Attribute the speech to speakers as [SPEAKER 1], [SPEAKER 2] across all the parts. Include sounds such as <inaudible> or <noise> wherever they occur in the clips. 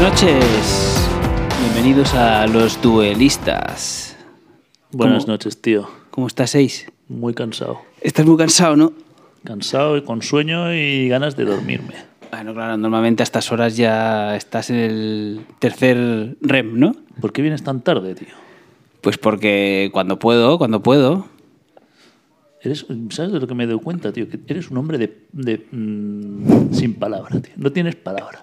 [SPEAKER 1] noches. Bienvenidos a los duelistas.
[SPEAKER 2] Buenas
[SPEAKER 1] ¿Cómo?
[SPEAKER 2] noches, tío.
[SPEAKER 1] ¿Cómo estás, Seis?
[SPEAKER 2] Muy cansado.
[SPEAKER 1] Estás muy cansado, ¿no?
[SPEAKER 2] Cansado y con sueño y ganas de dormirme.
[SPEAKER 1] Bueno, claro, normalmente a estas horas ya estás en el tercer REM, ¿no?
[SPEAKER 2] ¿Por qué vienes tan tarde, tío?
[SPEAKER 1] Pues porque cuando puedo, cuando puedo.
[SPEAKER 2] Eres, ¿Sabes de lo que me doy cuenta, tío? Que eres un hombre de, de, mm, sin palabra, tío. No tienes palabra.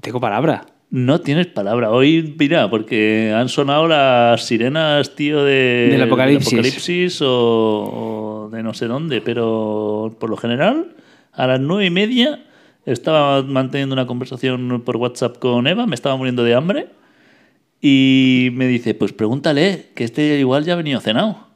[SPEAKER 1] Tengo palabra.
[SPEAKER 2] No tienes palabra. Hoy, mira, porque han sonado las sirenas, tío, de,
[SPEAKER 1] Del apocalipsis.
[SPEAKER 2] apocalipsis o, o de no sé dónde, pero por lo general, a las nueve y media estaba manteniendo una conversación por WhatsApp con Eva, me estaba muriendo de hambre y me dice, pues pregúntale, que este igual ya ha venido cenado.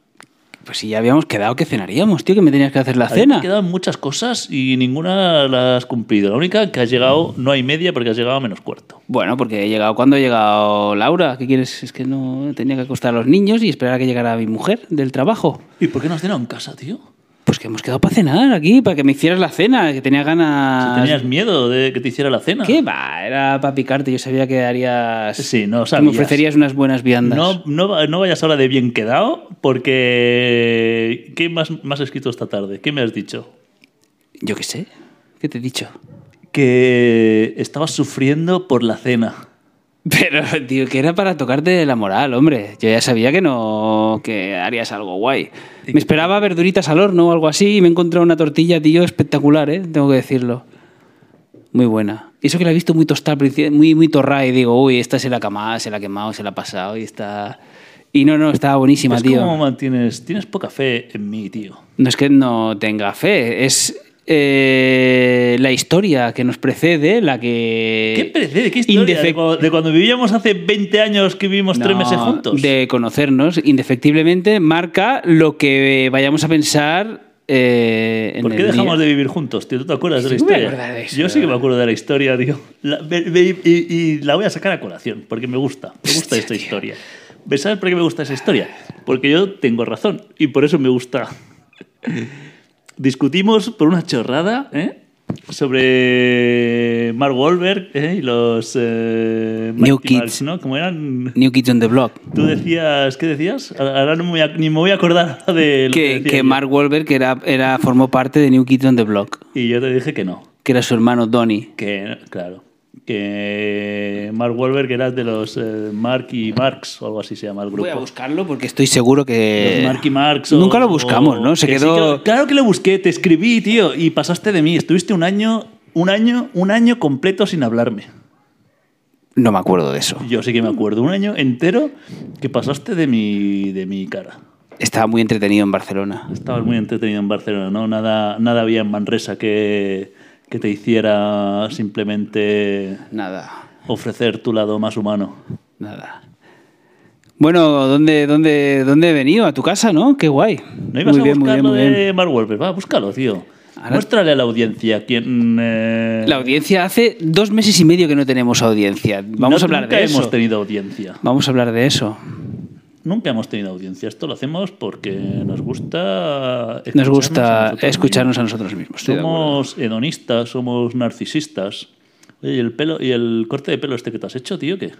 [SPEAKER 1] Pues si ya habíamos quedado que cenaríamos, tío, que me tenías que hacer la
[SPEAKER 2] Ahí
[SPEAKER 1] cena.
[SPEAKER 2] te quedan muchas cosas y ninguna las has cumplido. La única que has llegado no hay media porque has llegado a menos cuarto.
[SPEAKER 1] Bueno, porque he llegado. ¿Cuándo ha llegado Laura? ¿Qué quieres? Es que no tenía que acostar a los niños y esperar a que llegara mi mujer del trabajo.
[SPEAKER 2] ¿Y por qué no has cenado en casa, tío?
[SPEAKER 1] Pues que hemos quedado para cenar aquí, para que me hicieras la cena, que tenía ganas.
[SPEAKER 2] Si tenías miedo de que te hiciera la cena.
[SPEAKER 1] ¿Qué va? Era para picarte, yo sabía que harías.
[SPEAKER 2] Sí,
[SPEAKER 1] que
[SPEAKER 2] no
[SPEAKER 1] me
[SPEAKER 2] sabías.
[SPEAKER 1] ofrecerías unas buenas viandas.
[SPEAKER 2] No, no, va- no vayas ahora de bien quedado, porque. ¿Qué más, más has escrito esta tarde? ¿Qué me has dicho?
[SPEAKER 1] Yo qué sé. ¿Qué te he dicho? <laughs>
[SPEAKER 2] Que estabas sufriendo por la cena.
[SPEAKER 1] Pero, tío, que era para tocarte la moral, hombre. Yo ya sabía que no. que harías algo guay. Me esperaba verduritas al horno o algo así y me he encontrado una tortilla, tío, espectacular, ¿eh? Tengo que decirlo. Muy buena. Y eso que la he visto muy tostada, al principio, muy, muy torrada, y digo, uy, esta se la ha quemado, se la ha quemado, se la ha pasado, y está. Y no, no, estaba buenísima,
[SPEAKER 2] es
[SPEAKER 1] tío.
[SPEAKER 2] como Pues, mantienes. Tienes poca fe en mí, tío.
[SPEAKER 1] No es que no tenga fe, es eh, la historia que nos precede, la que...
[SPEAKER 2] ¿Qué precede? ¿Qué
[SPEAKER 1] indefe-
[SPEAKER 2] historia? De cuando, de cuando vivíamos hace 20 años que vivimos tres
[SPEAKER 1] No,
[SPEAKER 2] meses juntos.
[SPEAKER 1] De conocernos, indefectiblemente marca lo que vayamos a pensar eh, en
[SPEAKER 2] ¿Por qué
[SPEAKER 1] el
[SPEAKER 2] dejamos
[SPEAKER 1] día.
[SPEAKER 2] de vivir juntos, tío? ¿Tú te acuerdas de la
[SPEAKER 1] Sí, me
[SPEAKER 2] historia?
[SPEAKER 1] acuerdo de eso.
[SPEAKER 2] Yo sí que me acuerdo de la historia, tío. La- ve- ve- y, y la voy a sacar a colación, porque me gusta. Me gusta
[SPEAKER 1] Hostia,
[SPEAKER 2] esta
[SPEAKER 1] tío.
[SPEAKER 2] historia. ¿Ves ¿Sabes por qué me gusta esa historia? Porque yo tengo razón y por eso me gusta. Discutimos por una chorrada ¿eh? sobre Mark Wahlberg ¿eh? y los eh,
[SPEAKER 1] New
[SPEAKER 2] Mighty
[SPEAKER 1] Kids.
[SPEAKER 2] Marks, ¿no? Como eran...
[SPEAKER 1] New Kids on the Block.
[SPEAKER 2] Tú decías... ¿Qué decías? Ahora no me voy a- ni me voy a acordar de lo
[SPEAKER 1] Que,
[SPEAKER 2] decía
[SPEAKER 1] que
[SPEAKER 2] yo.
[SPEAKER 1] Mark Wahlberg era, era, formó parte de New Kids on the Block,
[SPEAKER 2] Y yo te dije que no.
[SPEAKER 1] que era su hermano Donnie.
[SPEAKER 2] Que, claro. Que Mark Wahlberg era de los eh, Mark y Marx, o algo así se llama el grupo.
[SPEAKER 1] Voy a eh, buscarlo porque estoy seguro que...
[SPEAKER 2] Los Mark y Marx. o-
[SPEAKER 1] Nunca lo buscamos,
[SPEAKER 2] o-
[SPEAKER 1] ¿no? Se
[SPEAKER 2] que sí
[SPEAKER 1] quedó...
[SPEAKER 2] que- claro que lo busqué, te escribí, tío, y pasaste de mí. Estuviste un año, un año, un año completo sin hablarme.
[SPEAKER 1] No me acuerdo de eso.
[SPEAKER 2] Yo sí que me acuerdo, un año entero que pasaste de mi, de mi cara.
[SPEAKER 1] Estaba muy entretenido en Barcelona.
[SPEAKER 2] Estabas muy entretenido en Barcelona, ¿no? Nada, nada había en Manresa que, que te hiciera simplemente
[SPEAKER 1] Nada,
[SPEAKER 2] ofrecer tu lado más humano.
[SPEAKER 1] nada. Bueno, ¿dónde, dónde, ¿dónde he venido? A tu casa, ¿no? Qué guay.
[SPEAKER 2] No ibas a buscar lo de Mark Wahlberg. Va, búscalo, tío.
[SPEAKER 1] Ahora-
[SPEAKER 2] Muéstrale a la audiencia quién... eh,
[SPEAKER 1] La audiencia hace dos meses y medio que no tenemos audiencia. Vamos
[SPEAKER 2] no-
[SPEAKER 1] a hablar
[SPEAKER 2] nunca
[SPEAKER 1] de
[SPEAKER 2] hemos
[SPEAKER 1] eso.
[SPEAKER 2] tenido audiencia.
[SPEAKER 1] Vamos a hablar de eso.
[SPEAKER 2] Nunca hemos tenido audiencia. Esto lo hacemos porque nos gusta...
[SPEAKER 1] Nos
[SPEAKER 2] escucharnos a
[SPEAKER 1] gusta
[SPEAKER 2] nosotros
[SPEAKER 1] escucharnos a nosotros mismos. estoy de acuerdo.
[SPEAKER 2] Somos hedonistas, somos narcisistas. Oye, ¿y el, pelo, ¿y el corte de pelo este que te has hecho,
[SPEAKER 1] <laughs>
[SPEAKER 2] tío? ¿Qué?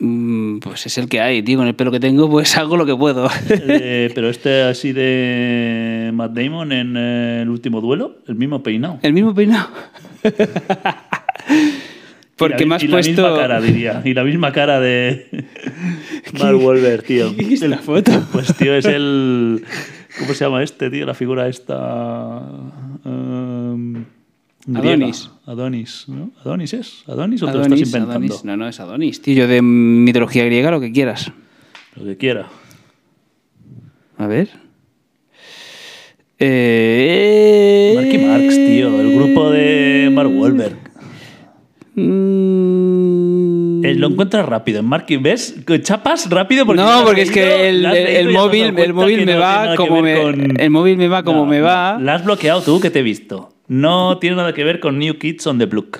[SPEAKER 1] Mm, Pues es el que hay, tío. Con el pelo que tengo, pues <laughs> hago lo que puedo.
[SPEAKER 2] Eh, pero este así de Matt Damon en eh, el último duelo, el mismo peinado.
[SPEAKER 1] el mismo peinado.
[SPEAKER 2] <laughs>
[SPEAKER 1] Porque
[SPEAKER 2] Y la-
[SPEAKER 1] me has
[SPEAKER 2] y
[SPEAKER 1] puesto.
[SPEAKER 2] La misma cara, diría. Y la misma cara de.
[SPEAKER 1] <laughs>
[SPEAKER 2] Mark Wahlberg, tío.
[SPEAKER 1] ¿Qué es la foto?
[SPEAKER 2] Pues, tío, es el. ¿Cómo se llama este, tío? La figura esta. em, griega.
[SPEAKER 1] Adonis.
[SPEAKER 2] Adonis, ¿no? ¿Adonis es? ¿Adonis o te lo
[SPEAKER 1] Adonis,
[SPEAKER 2] estás inventando?
[SPEAKER 1] Adonis. No, no, es Adonis, tío. Yo de mitología griega, lo que quieras.
[SPEAKER 2] Lo que quiera.
[SPEAKER 1] A ver. Eh...
[SPEAKER 2] Marky Marx, tío. El grupo de Mark Wahlberg.
[SPEAKER 1] Mm.
[SPEAKER 2] Eh, lo encuentras rápido. En Marky, ¿ves? Chapas rápido porque.
[SPEAKER 1] no, porque es que el, el- el móvil, el móvil me va como me, el móvil me va como me va.
[SPEAKER 2] La has bloqueado tú, que te he visto. No tiene nada que ver con New Kids on the Block.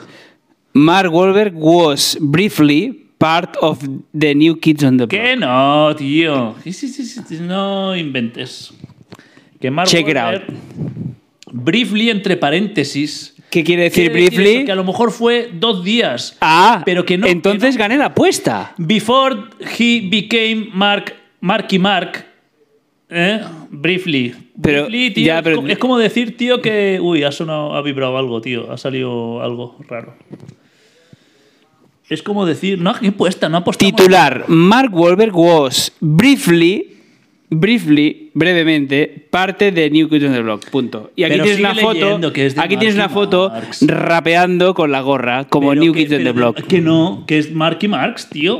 [SPEAKER 1] Mark Wahlberg was briefly part of the new kids on the block.
[SPEAKER 2] Que no, tío. Sí, sí, sí, sí, no inventes. Que Mark
[SPEAKER 1] Check it
[SPEAKER 2] Wahlberg, Briefly, entre paréntesis,
[SPEAKER 1] ¿Qué quiere decir
[SPEAKER 2] Quiere decir
[SPEAKER 1] briefly?
[SPEAKER 2] eso, que a lo mejor fue dos días.
[SPEAKER 1] Ah,
[SPEAKER 2] pero que no.
[SPEAKER 1] Entonces
[SPEAKER 2] que
[SPEAKER 1] gané la apuesta.
[SPEAKER 2] no. Before he became Mark, Marky Mark. ¿eh? Briefly.
[SPEAKER 1] Pero-
[SPEAKER 2] Briefly, tío,
[SPEAKER 1] ya,
[SPEAKER 2] es
[SPEAKER 1] pero-
[SPEAKER 2] co- es como decir, tío, que. Uy, ha sonado, ha vibrado algo, tío. Ha salido algo raro. Es como decir, no, ¿qué puesta? No apostamos.
[SPEAKER 1] Titular: Mark Wahlberg was briefly, briefly, brevemente, parte de New Kids on the Block. Punto. Y aquí
[SPEAKER 2] Pero
[SPEAKER 1] tienes
[SPEAKER 2] sigue
[SPEAKER 1] una foto.
[SPEAKER 2] leyendo que es de
[SPEAKER 1] Aquí tienes una
[SPEAKER 2] Marky
[SPEAKER 1] foto
[SPEAKER 2] Marx.
[SPEAKER 1] rapeando con la gorra, como
[SPEAKER 2] Pero
[SPEAKER 1] New
[SPEAKER 2] que-
[SPEAKER 1] Kids on the
[SPEAKER 2] pero
[SPEAKER 1] Block.
[SPEAKER 2] Que no, que es Marky Marx, tío.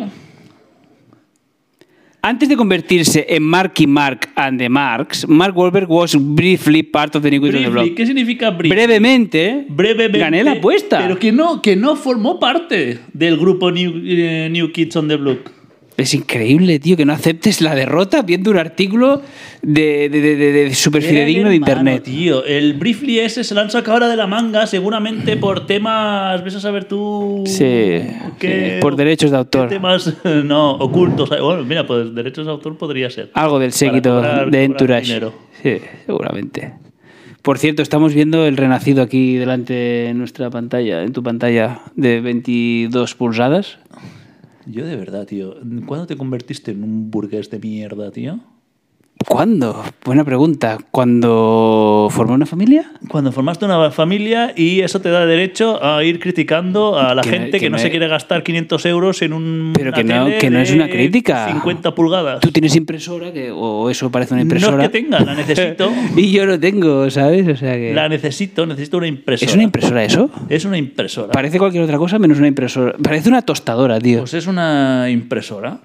[SPEAKER 1] Antes de convertirse en Marky Mark and the Marx, Mark Wahlberg was briefly part of the New Kids on the
[SPEAKER 2] Briefly,
[SPEAKER 1] Block.
[SPEAKER 2] ¿Qué significa briefly?
[SPEAKER 1] Brevemente,
[SPEAKER 2] brevemente.
[SPEAKER 1] gané la apuesta.
[SPEAKER 2] Pero que no, que no formó parte del grupo New, eh, New Kids on the Block.
[SPEAKER 1] Es increíble, tío, que no aceptes la derrota viendo un artículo de, de, de, de- de súper fidedigno
[SPEAKER 2] Era
[SPEAKER 1] de
[SPEAKER 2] el hermano,
[SPEAKER 1] internet.
[SPEAKER 2] Tío, el briefly ese se lo han sacado ahora de la manga, seguramente por temas. Ves a saber tú.
[SPEAKER 1] Sí,
[SPEAKER 2] qué-
[SPEAKER 1] sí, por derechos de autor.
[SPEAKER 2] qué Temas <laughs> no, ocultos. Bueno, mira, pues derechos de autor podría ser.
[SPEAKER 1] Algo del séquito
[SPEAKER 2] Para cobrar-
[SPEAKER 1] de
[SPEAKER 2] cobrar
[SPEAKER 1] Entourage.
[SPEAKER 2] dinero.
[SPEAKER 1] Sí, seguramente. Por cierto, estamos viendo el renacido aquí delante de nuestra pantalla, en tu pantalla de 22 pulsadas.
[SPEAKER 2] Yo de verdad, tío. ¿Cuándo te convertiste en un burgués de mierda, tío?
[SPEAKER 1] ¿Cuándo? Buena pregunta. ¿Cuándo formé una familia?
[SPEAKER 2] Cuando formaste una familia y eso te da derecho a ir criticando a la
[SPEAKER 1] Que me-
[SPEAKER 2] gente que,
[SPEAKER 1] que
[SPEAKER 2] no
[SPEAKER 1] me-
[SPEAKER 2] se quiere gastar 500 euros en un.
[SPEAKER 1] Pero que
[SPEAKER 2] una
[SPEAKER 1] no-
[SPEAKER 2] tele
[SPEAKER 1] que no es
[SPEAKER 2] de
[SPEAKER 1] una crítica.
[SPEAKER 2] 50 pulgadas.
[SPEAKER 1] Tú tienes impresora, que, o eso parece una impresora.
[SPEAKER 2] No es que tenga, la necesito.
[SPEAKER 1] <laughs> Y yo no tengo, ¿sabes? O sea que...
[SPEAKER 2] la necesito, necesito una impresora.
[SPEAKER 1] ¿Es una impresora eso?
[SPEAKER 2] Es una impresora.
[SPEAKER 1] Parece cualquier otra cosa menos una impresora. Parece una tostadora, tío.
[SPEAKER 2] Pues es una impresora.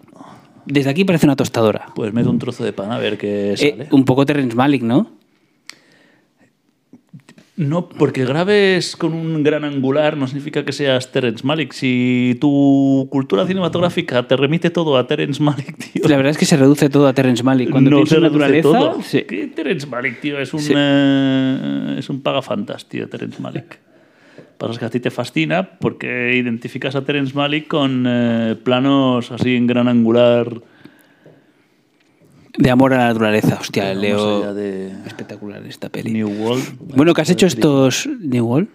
[SPEAKER 1] Desde aquí parece una tostadora.
[SPEAKER 2] Pues meto un trozo de pan a ver qué
[SPEAKER 1] Eh,
[SPEAKER 2] sale.
[SPEAKER 1] un poco Terrence Malick, ¿no?
[SPEAKER 2] No, porque grabes con un gran angular no significa que seas Terence Malick. Si tu cultura cinematográfica te remite todo a Terence Malick, tío.
[SPEAKER 1] La verdad es que se reduce todo a Terrence Malick. Cuando
[SPEAKER 2] no
[SPEAKER 1] pienso
[SPEAKER 2] se
[SPEAKER 1] en
[SPEAKER 2] reduce
[SPEAKER 1] naturaleza,
[SPEAKER 2] todo.
[SPEAKER 1] sí.
[SPEAKER 2] ¿Qué Terence Malick, tío? Es un,
[SPEAKER 1] Sí.
[SPEAKER 2] eh, es un pagafantas, tío, Terence Malick. Pasa que a ti te fascina porque identificas a Terence Malick con eh, planos así en gran angular.
[SPEAKER 1] de amor a la naturaleza. Hostia,
[SPEAKER 2] eh, Más
[SPEAKER 1] leo
[SPEAKER 2] allá de
[SPEAKER 1] espectacular esta peli.
[SPEAKER 2] New World.
[SPEAKER 1] Bueno, ¿qué has hecho estos New Wall?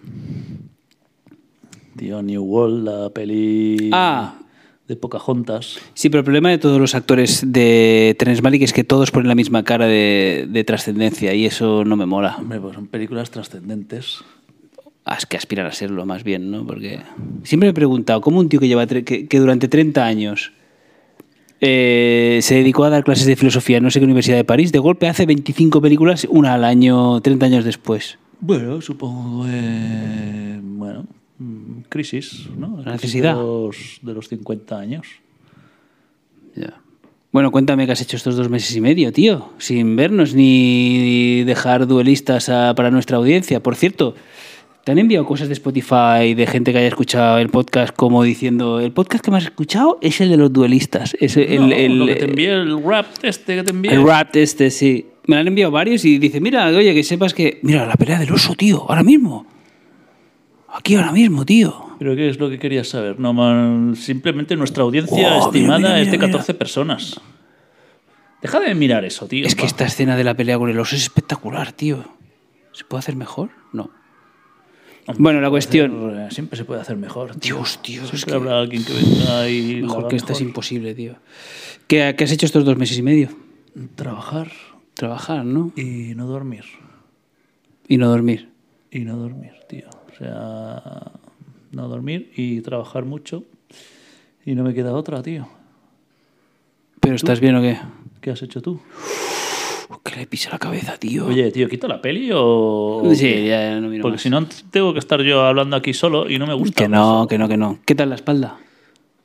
[SPEAKER 2] Tío, New World, la peli
[SPEAKER 1] Ah.
[SPEAKER 2] de Pocahontas.
[SPEAKER 1] Sí, pero el problema de todos los actores de Terrence Malick es que todos ponen la misma cara de, de trascendencia y eso no me mola.
[SPEAKER 2] Hombre, pues son películas trascendentes.
[SPEAKER 1] As que aspiran a serlo más bien, ¿no? Porque siempre me he preguntado, ¿cómo un tío que lleva tre- que, que durante 30 años eh, se dedicó a dar clases de filosofía en no sé qué universidad de París, de golpe hace 25 películas, una al año, 30 años después?
[SPEAKER 2] Bueno, supongo eh, bueno, mm, crisis, ¿no?
[SPEAKER 1] La
[SPEAKER 2] Crisis
[SPEAKER 1] necesidad.
[SPEAKER 2] De los, de los 50 años.
[SPEAKER 1] Ya. Bueno, cuéntame qué has hecho estos dos meses y medio, tío, sin vernos ni dejar duelistas a- para nuestra audiencia. Por cierto, ¿te han enviado cosas de Spotify de gente que haya escuchado el podcast como diciendo, el podcast que más has escuchado es el de los duelistas? Es el,
[SPEAKER 2] No,
[SPEAKER 1] el-
[SPEAKER 2] lo que te envié, el rap este que te envié.
[SPEAKER 1] El rap este, sí. Me lo han enviado varios y dice, mira, oye, que sepas que... Mira, la pelea del oso, tío, ahora mismo. Aquí, ahora mismo, tío.
[SPEAKER 2] Pero ¿qué es lo que querías saber? No, man, simplemente nuestra audiencia
[SPEAKER 1] Wow,
[SPEAKER 2] estimada
[SPEAKER 1] mira, mira,
[SPEAKER 2] es de
[SPEAKER 1] mira,
[SPEAKER 2] 14 personas. Deja de mirar eso, tío.
[SPEAKER 1] Es que este
[SPEAKER 2] va.
[SPEAKER 1] esta escena de la pelea con el oso es espectacular, tío. ¿Se puede hacer mejor? No.
[SPEAKER 2] Hombre,
[SPEAKER 1] Bueno, la
[SPEAKER 2] se puede
[SPEAKER 1] cuestión...
[SPEAKER 2] hacer, eh, siempre se puede hacer mejor. tío.
[SPEAKER 1] Dios, tío,
[SPEAKER 2] Siempre
[SPEAKER 1] es que-
[SPEAKER 2] habrá alguien que venga y lo
[SPEAKER 1] Mejor
[SPEAKER 2] haga
[SPEAKER 1] que este esta es
[SPEAKER 2] mejor.
[SPEAKER 1] imposible, tío. ¿Qué, qué has hecho estos dos meses y medio?
[SPEAKER 2] trabajar
[SPEAKER 1] Trabajar, ¿no?
[SPEAKER 2] y no dormir.
[SPEAKER 1] Y no dormir.
[SPEAKER 2] Y no dormir, tío. O sea, no dormir y trabajar mucho. Y no me queda otra, tío.
[SPEAKER 1] ¿Pero estás bien o qué?
[SPEAKER 2] ¿Qué has hecho tú?
[SPEAKER 1] Uf, que le pisa la cabeza, tío.
[SPEAKER 2] Oye, tío, ¿quito la peli o...? o qué?
[SPEAKER 1] sí, ya no miro
[SPEAKER 2] Porque
[SPEAKER 1] más.
[SPEAKER 2] si no, tengo que estar yo hablando aquí solo y no me gusta.
[SPEAKER 1] Que no, que no, que no. ¿Qué tal la espalda?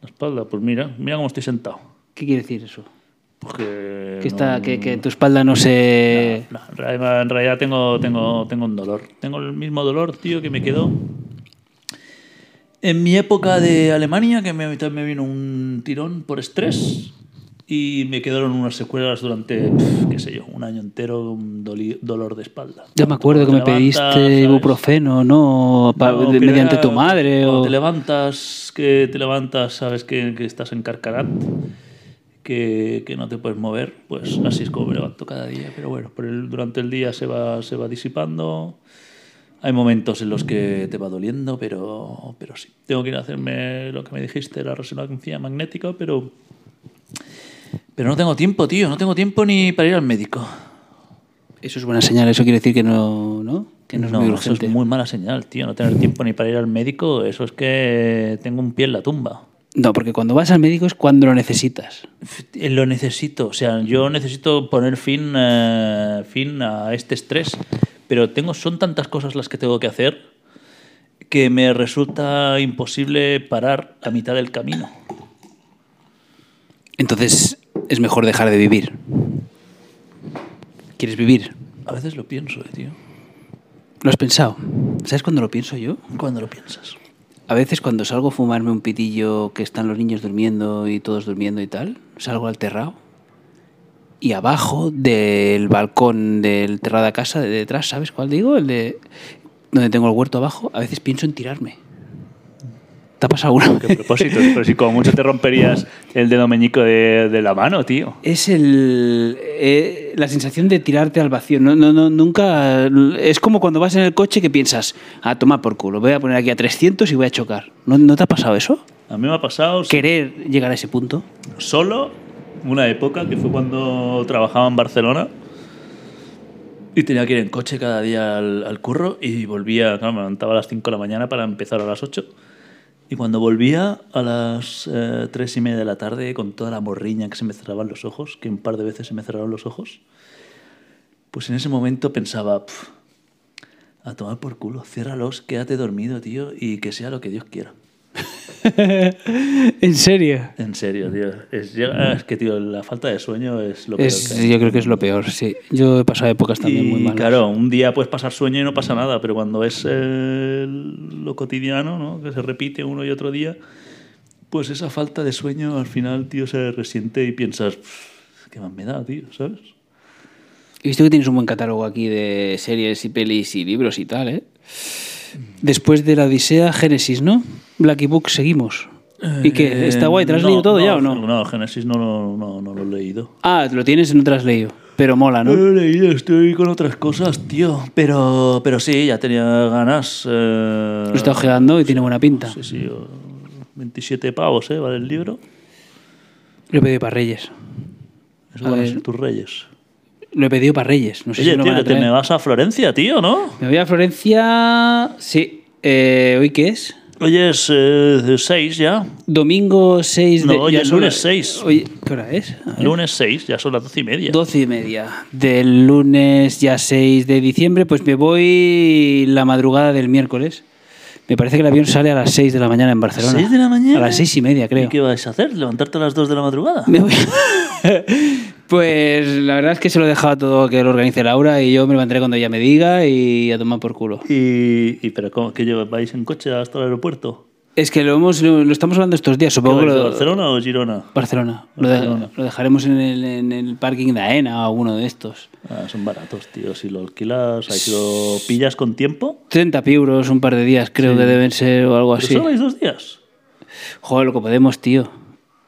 [SPEAKER 2] La espalda, pues mira, mira cómo estoy sentado.
[SPEAKER 1] ¿Qué quiere decir eso?
[SPEAKER 2] Porque...
[SPEAKER 1] Que, está, que, que tu espalda no se...
[SPEAKER 2] no, en realidad- en realidad tengo, tengo, tengo un dolor. Tengo el mismo dolor, tío, que me quedó en mi época de Alemania, que me, me vino un tirón por estrés y me quedaron unas secuelas durante, pf, qué sé yo, un año entero, un doli- dolor de espalda.
[SPEAKER 1] Yo me acuerdo que me
[SPEAKER 2] Cuando te levantas,
[SPEAKER 1] pediste
[SPEAKER 2] ¿sabes?
[SPEAKER 1] ibuprofeno, ¿no? Pa-
[SPEAKER 2] No,
[SPEAKER 1] de-
[SPEAKER 2] pero
[SPEAKER 1] mediante
[SPEAKER 2] era
[SPEAKER 1] tu madre
[SPEAKER 2] cuando
[SPEAKER 1] o...
[SPEAKER 2] te levantas, que te levantas, sabes que, que estás en Carcarat, que, que no te puedes mover, pues así es como me levanto cada día. Pero bueno, por el- durante el día se va, se va disipando. Hay momentos en los que te va doliendo, pero, pero sí. Tengo que ir a hacerme lo que me dijiste, la resonancia magnética, pero. Pero no tengo tiempo, tío. No tengo tiempo ni para ir al médico.
[SPEAKER 1] Eso es buena señal, eso quiere decir que no, ¿no? Que no es muy
[SPEAKER 2] eso es
[SPEAKER 1] urgente.
[SPEAKER 2] muy mala señal, tío. No tener tiempo ni para ir al médico, eso es que tengo un pie en la tumba.
[SPEAKER 1] No, porque cuando vas al médico es cuando lo necesitas.
[SPEAKER 2] Eh, Lo necesito, o sea, yo necesito poner fin, eh, fin a este estrés, pero tengo, son tantas cosas las que tengo que hacer que me resulta imposible parar a mitad del camino.
[SPEAKER 1] Entonces es mejor dejar de vivir. ¿Quieres vivir?
[SPEAKER 2] A veces lo pienso, eh, tío,
[SPEAKER 1] ¿Lo has pensado? ¿Sabes cuándo lo pienso yo?
[SPEAKER 2] cuando lo piensas.
[SPEAKER 1] A veces cuando salgo a fumarme un pitillo que están los niños durmiendo y todos durmiendo y tal, salgo al terrado y abajo del balcón del terrado de casa de detrás, ¿sabes cuál digo? El de donde tengo el huerto abajo, a veces pienso en tirarme. ¿Te ha pasado alguna
[SPEAKER 2] Qué
[SPEAKER 1] vez?
[SPEAKER 2] propósito, pero si como mucho te romperías el dedo meñico de, de la mano, tío.
[SPEAKER 1] Es el, eh, la sensación de tirarte al vacío. No, no, no, nunca. Es como cuando vas en el coche que piensas, ah, toma por culo, voy a poner aquí a 300 y voy a chocar. ¿No, no te ha pasado eso?
[SPEAKER 2] A mí me ha pasado sí,
[SPEAKER 1] Querer llegar a ese punto.
[SPEAKER 2] solo una época que fue cuando trabajaba en Barcelona y tenía que ir en coche cada día al, al curro y volvía, claro, me levantaba a las 5 de la mañana para empezar a las 8 y cuando volvía a las eh, 3 y media de la tarde con toda la morriña que se me cerraban los ojos, que un par de veces se me cerraron los ojos, pues en ese momento pensaba, "Pf, a tomar por culo, ciérralos, quédate dormido, tío, y que sea lo que Dios quiera.
[SPEAKER 1] <laughs> ¿En serio?
[SPEAKER 2] En serio, tío. Es, llega- es que, tío, la falta de sueño es lo peor que hay.
[SPEAKER 1] Es, yo creo que es lo peor, sí. Yo he pasado épocas también muy
[SPEAKER 2] Y
[SPEAKER 1] malas.
[SPEAKER 2] claro, un día puedes pasar sueño y no pasa nada, pero cuando es eh, lo cotidiano, ¿no? que se repite uno y otro día, pues esa falta de sueño al final, tío, se resiente y piensas, "Pff, ¿qué más me da, tío? ¿Sabes?
[SPEAKER 1] He visto que tienes un buen catálogo aquí de series y pelis y libros y tal, ¿eh? Después de la Odisea, Génesis, ¿no? Blacky Book, seguimos. ¿Y qué?
[SPEAKER 2] Eh,
[SPEAKER 1] ¿Está guay? ¿Te lo has
[SPEAKER 2] no,
[SPEAKER 1] leído todo ya o no?
[SPEAKER 2] No, Génesis no, lo- no, no lo he leído.
[SPEAKER 1] Ah, lo tienes en otras leído. Pero mola,
[SPEAKER 2] No
[SPEAKER 1] Ah, ¿no?
[SPEAKER 2] lo he leído, estoy con otras cosas, tío. Pero, pero sí, ya tenía ganas. eh,
[SPEAKER 1] Lo está ojeando y tiene buena pinta.
[SPEAKER 2] Sí, sí, o- 27 pavos, ¿eh? Vale el libro.
[SPEAKER 1] Lo he pedido para Reyes.
[SPEAKER 2] Eso
[SPEAKER 1] A
[SPEAKER 2] van a
[SPEAKER 1] ver.
[SPEAKER 2] ser tus reyes.
[SPEAKER 1] Lo he pedido para Reyes. No sé
[SPEAKER 2] Oye,
[SPEAKER 1] si lo
[SPEAKER 2] tío,
[SPEAKER 1] van a
[SPEAKER 2] que te
[SPEAKER 1] traer.
[SPEAKER 2] me vas a Florencia, tío, ¿no?
[SPEAKER 1] Me voy a Florencia. Sí. Eh, ¿Hoy qué es?
[SPEAKER 2] Hoy es 6 ya.
[SPEAKER 1] Domingo 6 de...
[SPEAKER 2] No, hoy
[SPEAKER 1] ya
[SPEAKER 2] es
[SPEAKER 1] son
[SPEAKER 2] lunes
[SPEAKER 1] las-
[SPEAKER 2] 6.
[SPEAKER 1] Hoy... ¿Qué hora es? A ver.
[SPEAKER 2] Lunes 6, ya son las 12 y media.
[SPEAKER 1] 12 y media. Del lunes ya 6 de diciembre, pues me voy la madrugada del miércoles. Me parece que el avión sale a las 6 de la mañana en Barcelona.
[SPEAKER 2] ¿Seis de la mañana?
[SPEAKER 1] A las 6 y media, creo.
[SPEAKER 2] ¿Y qué vais a hacer? ¿Levantarte a las 2 de la madrugada?
[SPEAKER 1] Me voy- <laughs> pues la verdad es que se lo he dejado todo que lo organice Laura y yo me levantaré cuando ella me diga y a tomar por culo.
[SPEAKER 2] ¿Y, y pero cómo? ¿Que lleváis en coche hasta el aeropuerto?
[SPEAKER 1] Es que lo, hemos, lo, lo estamos hablando estos días,
[SPEAKER 2] ¿Que
[SPEAKER 1] supongo que
[SPEAKER 2] vais de
[SPEAKER 1] lo-
[SPEAKER 2] Barcelona o Girona?
[SPEAKER 1] Barcelona. Lo, de-
[SPEAKER 2] Barcelona.
[SPEAKER 1] lo dejaremos en el, en el parking de AENA o uno de estos.
[SPEAKER 2] Ah, son baratos, tío. Si lo alquilas, o sea, si lo pillas con tiempo.
[SPEAKER 1] 30 euros, un par de días creo que deben ser o algo
[SPEAKER 2] Pero
[SPEAKER 1] así.
[SPEAKER 2] Pues solo vais dos días.
[SPEAKER 1] Joder, lo que podemos, tío.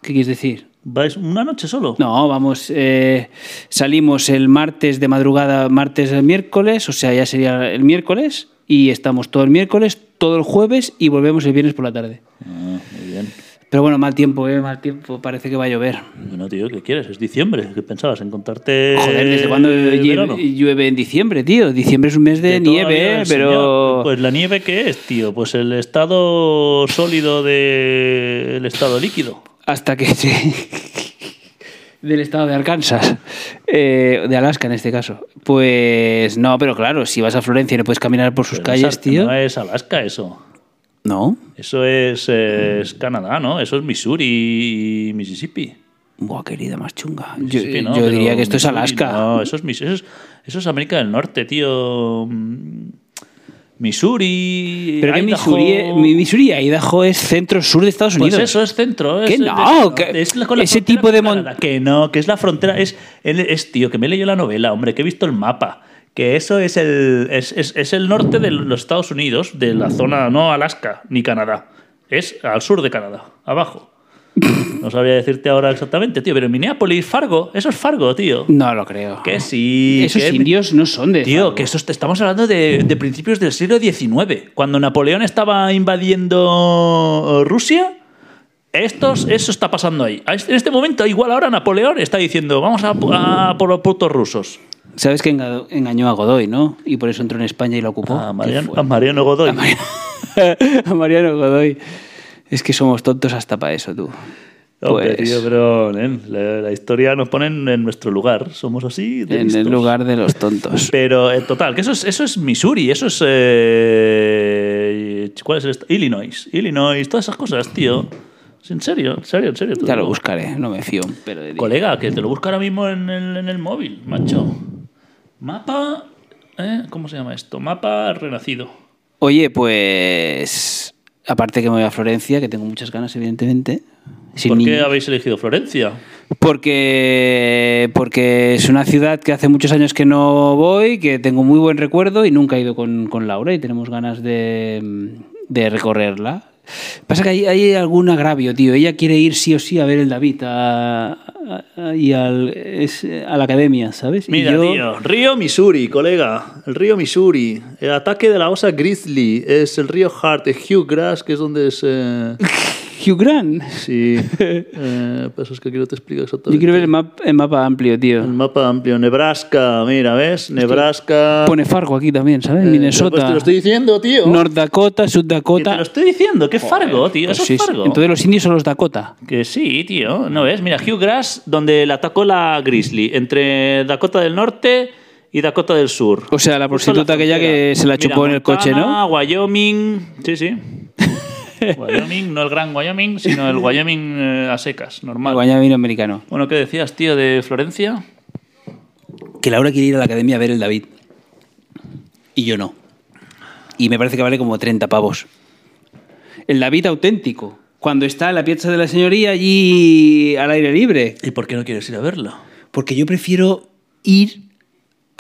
[SPEAKER 1] ¿Qué quieres decir?
[SPEAKER 2] ¿Vais una noche solo?
[SPEAKER 1] No, vamos, eh, salimos el martes de madrugada, martes al miércoles, o sea, ya sería el miércoles, y estamos todo el miércoles, todo el jueves y volvemos el viernes por la tarde.
[SPEAKER 2] Ah, muy bien.
[SPEAKER 1] Pero bueno, mal tiempo, eh, mal tiempo, parece que va a llover.
[SPEAKER 2] Bueno, tío, ¿qué quieres? Es diciembre. ¿Qué pensabas? ¿Encontrarte
[SPEAKER 1] Joder, ¿desde cuándo
[SPEAKER 2] el
[SPEAKER 1] lle-
[SPEAKER 2] Eh, verano?
[SPEAKER 1] llueve en diciembre, tío? Diciembre es un mes de
[SPEAKER 2] Que todavía
[SPEAKER 1] nieve, eh,
[SPEAKER 2] el
[SPEAKER 1] pero...
[SPEAKER 2] señor- Pues la nieve, ¿qué es, tío? Pues el estado sólido del estado líquido.
[SPEAKER 1] hasta que se- <laughs> del estado de Arkansas, eh, de Alaska en este caso. Pues no, pero claro, si vas a Florencia y no puedes caminar por sus
[SPEAKER 2] Pero
[SPEAKER 1] Pues calles,
[SPEAKER 2] no es, Ar-
[SPEAKER 1] tío.
[SPEAKER 2] No es Alaska eso.
[SPEAKER 1] No.
[SPEAKER 2] Eso es, eh,
[SPEAKER 1] Mm.
[SPEAKER 2] es Canadá, ¿no? Eso es Missouri y Mississippi.
[SPEAKER 1] Buah, querida, más chunga. Yo,
[SPEAKER 2] Mississippi, ¿no?
[SPEAKER 1] yo
[SPEAKER 2] Pero
[SPEAKER 1] diría que esto es
[SPEAKER 2] Missouri,
[SPEAKER 1] Alaska.
[SPEAKER 2] No, eso es, Mis- eso es- eso es América del Norte, tío. Mm, Missouri.
[SPEAKER 1] pero que
[SPEAKER 2] Idaho.
[SPEAKER 1] Missouri, eh, mi- Missouri, Idaho es centro-sur de Estados
[SPEAKER 2] Pues
[SPEAKER 1] Unidos.
[SPEAKER 2] eso es centro.
[SPEAKER 1] ¿Qué
[SPEAKER 2] es,
[SPEAKER 1] no?
[SPEAKER 2] es-
[SPEAKER 1] ¿Qué-
[SPEAKER 2] es la- con la
[SPEAKER 1] ese
[SPEAKER 2] frontera
[SPEAKER 1] tipo de
[SPEAKER 2] con
[SPEAKER 1] mon-
[SPEAKER 2] Canadá. Que no, que es la frontera. Es, él es tío, que me he leído la novela, hombre, que he visto el mapa. Que eso es el, es, es- es el norte de los Estados Unidos,
[SPEAKER 1] <laughs>
[SPEAKER 2] de la zona, no Alaska ni Canadá. Es al sur de Canadá, abajo. No sabría decirte ahora exactamente, tío, pero en Minneapolis, Fargo, eso es Fargo, tío.
[SPEAKER 1] No lo creo.
[SPEAKER 2] Que sí.
[SPEAKER 1] Esos
[SPEAKER 2] que-
[SPEAKER 1] indios no son de.
[SPEAKER 2] Tío,
[SPEAKER 1] Fargo.
[SPEAKER 2] que eso, estamos hablando de, de principios del siglo XIX. Cuando Napoleón estaba invadiendo eh, Rusia, estos, eso está pasando ahí. A este- En este momento, igual ahora Napoleón está diciendo, vamos a, a por los putos rusos.
[SPEAKER 1] Sabes que enga- engañó a Godoy, ¿no? Y por eso entró en España y la ocupó.
[SPEAKER 2] A Ah, Mariano,
[SPEAKER 1] Oh, Qué
[SPEAKER 2] a Mariano Godoy.
[SPEAKER 1] fuerte. <laughs> a Mariano Godoy. Es que somos tontos hasta para eso, tú.
[SPEAKER 2] Hombre,
[SPEAKER 1] Pues,
[SPEAKER 2] tío, pero nen, la, la historia nos pone en nuestro lugar. Somos así de
[SPEAKER 1] en
[SPEAKER 2] listos.
[SPEAKER 1] el lugar de los
[SPEAKER 2] <laughs>
[SPEAKER 1] tontos.
[SPEAKER 2] Pero, en total, que eso es, eso es Missouri, eso es... eh, ¿Cuál es el est- Illinois, Illinois, todas esas cosas, tío. Es En serio, en serio, en serio. te
[SPEAKER 1] Ya lo
[SPEAKER 2] digo.
[SPEAKER 1] buscaré, no me fío un pelo de ti.
[SPEAKER 2] Colega, que te lo busco ahora mismo en el, en el móvil, macho. Mapa... ¿eh? ¿Cómo se llama esto? Mapa renacido.
[SPEAKER 1] Oye, pues. Aparte que me voy a Florencia, que tengo muchas ganas, evidentemente. Sin
[SPEAKER 2] ¿Por qué
[SPEAKER 1] niños.
[SPEAKER 2] habéis elegido Florencia?
[SPEAKER 1] Porque, porque es una ciudad que hace muchos años que no voy, que tengo muy buen recuerdo y nunca he ido con, con Laura y tenemos ganas de, de recorrerla. Pasa que hay, hay algún agravio, tío. Ella quiere ir sí o sí a ver el David a, a- a- y al, es- a la academia, ¿sabes? Y
[SPEAKER 2] Mira,
[SPEAKER 1] yo-
[SPEAKER 2] tío, río Missouri, colega. El río Missouri. El ataque de la osa Grizzly es el río Hart, de Hugh Grass, que es donde es. eh,
[SPEAKER 1] Hugh Grant. <laughs>
[SPEAKER 2] sí. Eh, pues es que aquí no te explico exactamente.
[SPEAKER 1] Yo quiero ver el, map- el mapa amplio,
[SPEAKER 2] El
[SPEAKER 1] tío.
[SPEAKER 2] mapa amplio. Nebraska, mira, ¿ves? Nebraska.
[SPEAKER 1] Pone Fargo aquí también, ¿sabes?
[SPEAKER 2] eh, pues te
[SPEAKER 1] Minnesota,
[SPEAKER 2] lo estoy diciendo, tío.
[SPEAKER 1] North Dakota, South
[SPEAKER 2] Que te
[SPEAKER 1] Dakota.
[SPEAKER 2] lo estoy diciendo, que es Fargo, tío.
[SPEAKER 1] Pues
[SPEAKER 2] Eso
[SPEAKER 1] sí,
[SPEAKER 2] es Fargo.
[SPEAKER 1] Entonces los indios son los Dakota.
[SPEAKER 2] Que sí, tío. ¿No ves? Mira, Hugh Grass, donde la atacó la Grizzly. Entre Dakota del Norte y Dakota del Sur.
[SPEAKER 1] O sea, la
[SPEAKER 2] Justo en
[SPEAKER 1] prostituta Pues aquella
[SPEAKER 2] frontera.
[SPEAKER 1] que se la
[SPEAKER 2] Mira,
[SPEAKER 1] chupó en el coche,
[SPEAKER 2] Montana,
[SPEAKER 1] ¿no?
[SPEAKER 2] Wyoming.
[SPEAKER 1] <laughs>
[SPEAKER 2] Sí, sí. Wyoming, no el gran Wyoming, sino el Wyoming eh, a secas, normal.
[SPEAKER 1] Guayabino americano.
[SPEAKER 2] Bueno, ¿qué decías, tío, de Florencia?
[SPEAKER 1] Que Laura quiere ir a la academia a ver el David. Y yo no. Y me parece que vale como 30 pavos. El David auténtico. Cuando está en la pieza de la señoría allí al aire libre.
[SPEAKER 2] ¿Y por qué no quieres ir a verlo?
[SPEAKER 1] Porque yo prefiero ir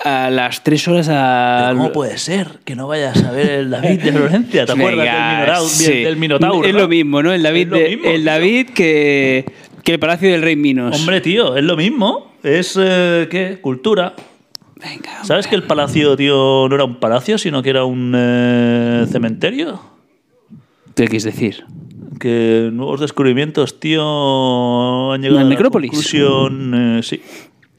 [SPEAKER 1] a las 3 horas a...
[SPEAKER 2] ¿Cómo puede ser que no vayas a ver el David de Florencia? ¿Te acuerdas del,
[SPEAKER 1] Venga,
[SPEAKER 2] Minorau-
[SPEAKER 1] sí.
[SPEAKER 2] del Minotauro?
[SPEAKER 1] Es
[SPEAKER 2] no?
[SPEAKER 1] lo mismo, ¿no? El David,
[SPEAKER 2] Es lo
[SPEAKER 1] de-
[SPEAKER 2] mismo,
[SPEAKER 1] el
[SPEAKER 2] tío.
[SPEAKER 1] David que, que el Palacio del Rey Minos.
[SPEAKER 2] Hombre, tío, es lo mismo. Es, eh, ¿qué? Cultura.
[SPEAKER 1] Venga,
[SPEAKER 2] ¿Sabes que el palacio, tío, no era un palacio, sino que era un eh, cementerio?
[SPEAKER 1] ¿qué quieres decir?
[SPEAKER 2] Que nuevos descubrimientos, tío, han
[SPEAKER 1] ¿La
[SPEAKER 2] llegado a la
[SPEAKER 1] necrópolis?
[SPEAKER 2] conclusión, eh, sí,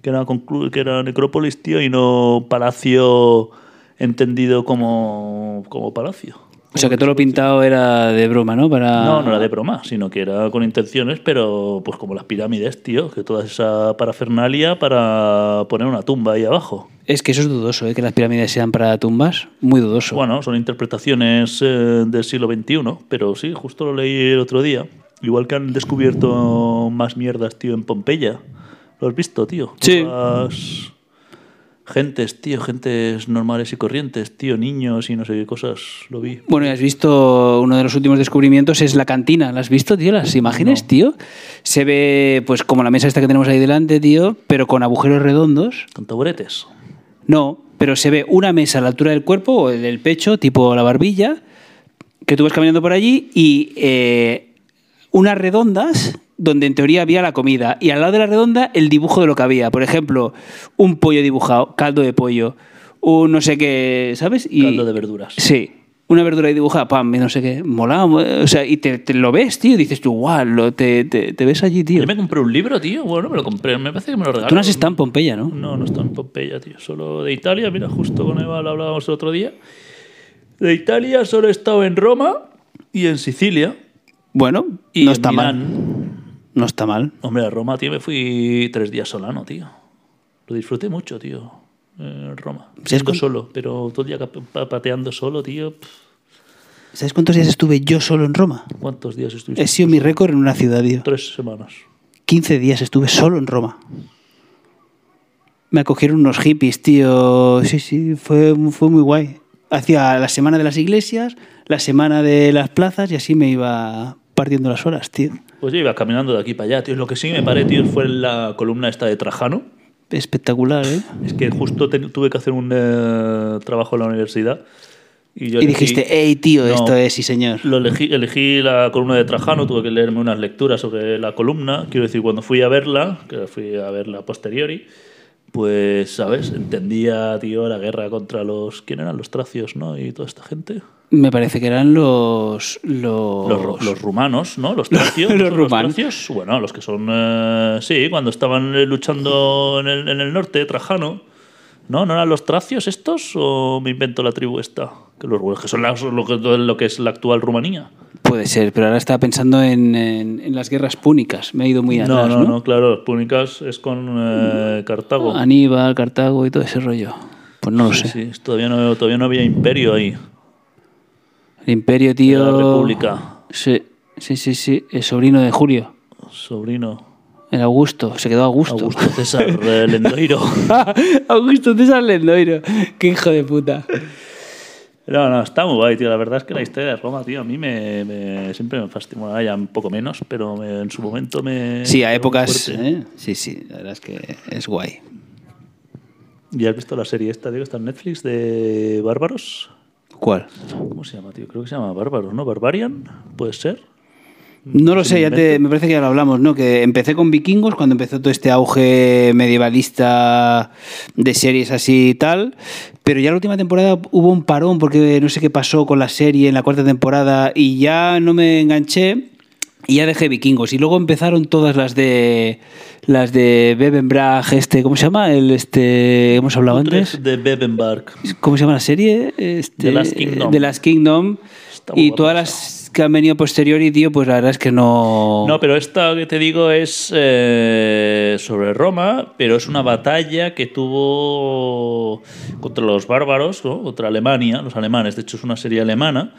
[SPEAKER 2] que era, conclu- que era necrópolis, tío, y no palacio entendido como, como palacio.
[SPEAKER 1] O sea que todo lo pintado era de broma, ¿no? Para...
[SPEAKER 2] No, no era de broma, sino que era con intenciones, pero pues como las pirámides, tío, que toda esa parafernalia para poner una tumba ahí abajo.
[SPEAKER 1] Es que eso es dudoso, ¿eh? que las pirámides sean para tumbas. Muy dudoso.
[SPEAKER 2] Bueno, son interpretaciones eh, del siglo XXI, pero sí, justo lo leí el otro día. Igual que han descubierto más mierdas, tío, en Pompeya. ¿Lo has visto, tío?
[SPEAKER 1] Sí.
[SPEAKER 2] Nuevas Gentes, tío, gentes normales y corrientes, tío, niños y no sé qué cosas, lo vi.
[SPEAKER 1] Bueno, y has visto uno de los últimos descubrimientos es la cantina. ¿La has visto, tío? Las imágenes, tío. Se ve, pues, como la mesa esta que tenemos ahí delante, tío, pero con agujeros redondos.
[SPEAKER 2] Con taburetes.
[SPEAKER 1] No, pero se ve una mesa a la altura del cuerpo o del pecho, tipo la barbilla, que tú vas caminando por allí y eh, unas redondas donde en teoría había la comida y al lado de la redonda el dibujo de lo que había. Por ejemplo, un pollo dibujado, caldo de pollo, un no sé qué, ¿sabes? Y,
[SPEAKER 2] Caldo de verduras.
[SPEAKER 1] Sí. Una verdura ahí dibujada, pam, no sé qué, molaba, o sea, y te, te lo ves, tío, y dices tú, guau, lo- te, te- te ves allí, tío.
[SPEAKER 2] Yo me compré un libro, tío. Bueno, me lo compré, me parece que me lo regalaron.
[SPEAKER 1] Tú no has estado en Pompeya, ¿no?
[SPEAKER 2] No, no está en Pompeya, tío. Solo de Italia. Mira, justo con Eva lo hablábamos el otro día. De Italia solo he estado en Roma y en Sicilia.
[SPEAKER 1] Bueno,
[SPEAKER 2] Y
[SPEAKER 1] no
[SPEAKER 2] en
[SPEAKER 1] está mal.
[SPEAKER 2] Milán.
[SPEAKER 1] No está mal.
[SPEAKER 2] Hombre, a Roma, tío, me fui tres días solano, tío. Lo disfruté mucho, tío. En Roma.
[SPEAKER 1] Si es
[SPEAKER 2] Siendo
[SPEAKER 1] con-
[SPEAKER 2] solo, pero todo el día cap- pa- pateando solo, tío. Pff,
[SPEAKER 1] ¿Sabes cuántos días estuve yo solo en Roma?
[SPEAKER 2] ¿Cuántos días estuviste?
[SPEAKER 1] He sido mi récord en una ciudad, tío.
[SPEAKER 2] Tres semanas.
[SPEAKER 1] 15 días estuve solo en Roma. Me acogieron unos hippies, tío. Sí, sí, fue, fue muy guay. Hacía la semana de las iglesias, la semana de las plazas y así me iba partiendo las horas, tío.
[SPEAKER 2] Pues yo iba caminando de aquí para allá, tío. Lo que sí me paré, tío, fue en la columna esta de Trajano.
[SPEAKER 1] Espectacular, ¿eh?
[SPEAKER 2] Es que justo te- tuve que hacer un eh, trabajo en la universidad
[SPEAKER 1] Y, yo elegí-
[SPEAKER 2] No,
[SPEAKER 1] dijiste, hey, tío, esto es, sí, señor.
[SPEAKER 2] Lo elegí, elegí la columna de Trajano, tuve que leerme unas lecturas sobre la columna. Quiero decir, cuando fui a verla, que fui a verla a posteriori, pues, ¿sabes? Entendía, tío, la guerra contra los. ¿Quién eran? Los tracios, ¿no? Y toda esta gente.
[SPEAKER 1] Me parece que eran los. Los.
[SPEAKER 2] Los, ru- los rumanos, ¿no?
[SPEAKER 1] <laughs>
[SPEAKER 2] Los tracios.
[SPEAKER 1] Los
[SPEAKER 2] ¿no son
[SPEAKER 1] rumanos.
[SPEAKER 2] tracios? Bueno, los que son. eh, sí, cuando estaban eh, luchando en el, en el norte, Trajano. ¿No? ¿No eran los tracios estos o me invento la tribu esta? Que los que son las- lo que- lo que es la actual Rumanía.
[SPEAKER 1] Puede ser, pero ahora estaba pensando en, en- en las guerras púnicas. Me he ido muy
[SPEAKER 2] No,
[SPEAKER 1] atrás,
[SPEAKER 2] no,
[SPEAKER 1] ¿no? Mm.
[SPEAKER 2] no, claro, las púnicas es con eh, Cartago.
[SPEAKER 1] Aníbal, Cartago y todo ese rollo. Pues no lo
[SPEAKER 2] Sí,
[SPEAKER 1] sé.
[SPEAKER 2] sí, todavía no, todavía no había imperio ahí.
[SPEAKER 1] El Imperio, tío.
[SPEAKER 2] La República.
[SPEAKER 1] Sí, sí, sí, sí. El sobrino de Julio.
[SPEAKER 2] Sobrino.
[SPEAKER 1] El Augusto. Se quedó Augusto.
[SPEAKER 2] Augusto César eh, Lendoiro.
[SPEAKER 1] <laughs> Augusto César Lendoiro. Qué hijo de puta.
[SPEAKER 2] No, no, está muy guay, tío. La verdad es que la historia de Roma, tío, a mí me, me- siempre me fascinó. Ahora ya un poco menos, pero me- en su momento me.
[SPEAKER 1] Sí, a
[SPEAKER 2] me pegó muy
[SPEAKER 1] épocas.
[SPEAKER 2] fuerte.
[SPEAKER 1] ¿eh? Sí, sí. La verdad es que es guay.
[SPEAKER 2] ¿Ya has visto la serie esta, tío, que está en Netflix de Bárbaros?
[SPEAKER 1] ¿Cuál?
[SPEAKER 2] ¿Cómo se llama, tío? Creo que se llama Bárbaros, ¿no? ¿Barbarian? ¿Puede ser?
[SPEAKER 1] No lo
[SPEAKER 2] ¿Se
[SPEAKER 1] sé,
[SPEAKER 2] lo
[SPEAKER 1] ya te,
[SPEAKER 2] invento?
[SPEAKER 1] me parece que ya lo hablamos, ¿no? Que empecé con vikingos cuando empezó todo este auge medievalista de series así y tal, pero ya la última temporada hubo un parón porque no sé qué pasó con la serie en la cuarta temporada y ya no me enganché y ya dejé vikingos. Y luego empezaron todas las de las de Bebenbrag, este, ¿cómo se llama? El este hemos hablado antes.
[SPEAKER 2] Utrecht de Bebenberg.
[SPEAKER 1] ¿Cómo se llama la serie? Este,
[SPEAKER 2] The Last Kingdom.
[SPEAKER 1] The Last Kingdom.
[SPEAKER 2] Está muy
[SPEAKER 1] Y
[SPEAKER 2] guapa
[SPEAKER 1] todas las que han venido posterior y, tío, pues la verdad es que no...
[SPEAKER 2] No, pero esta que te digo es eh, sobre Roma, pero es una batalla que tuvo contra los bárbaros, ¿no? contra Alemania, los alemanes, de hecho es una serie alemana.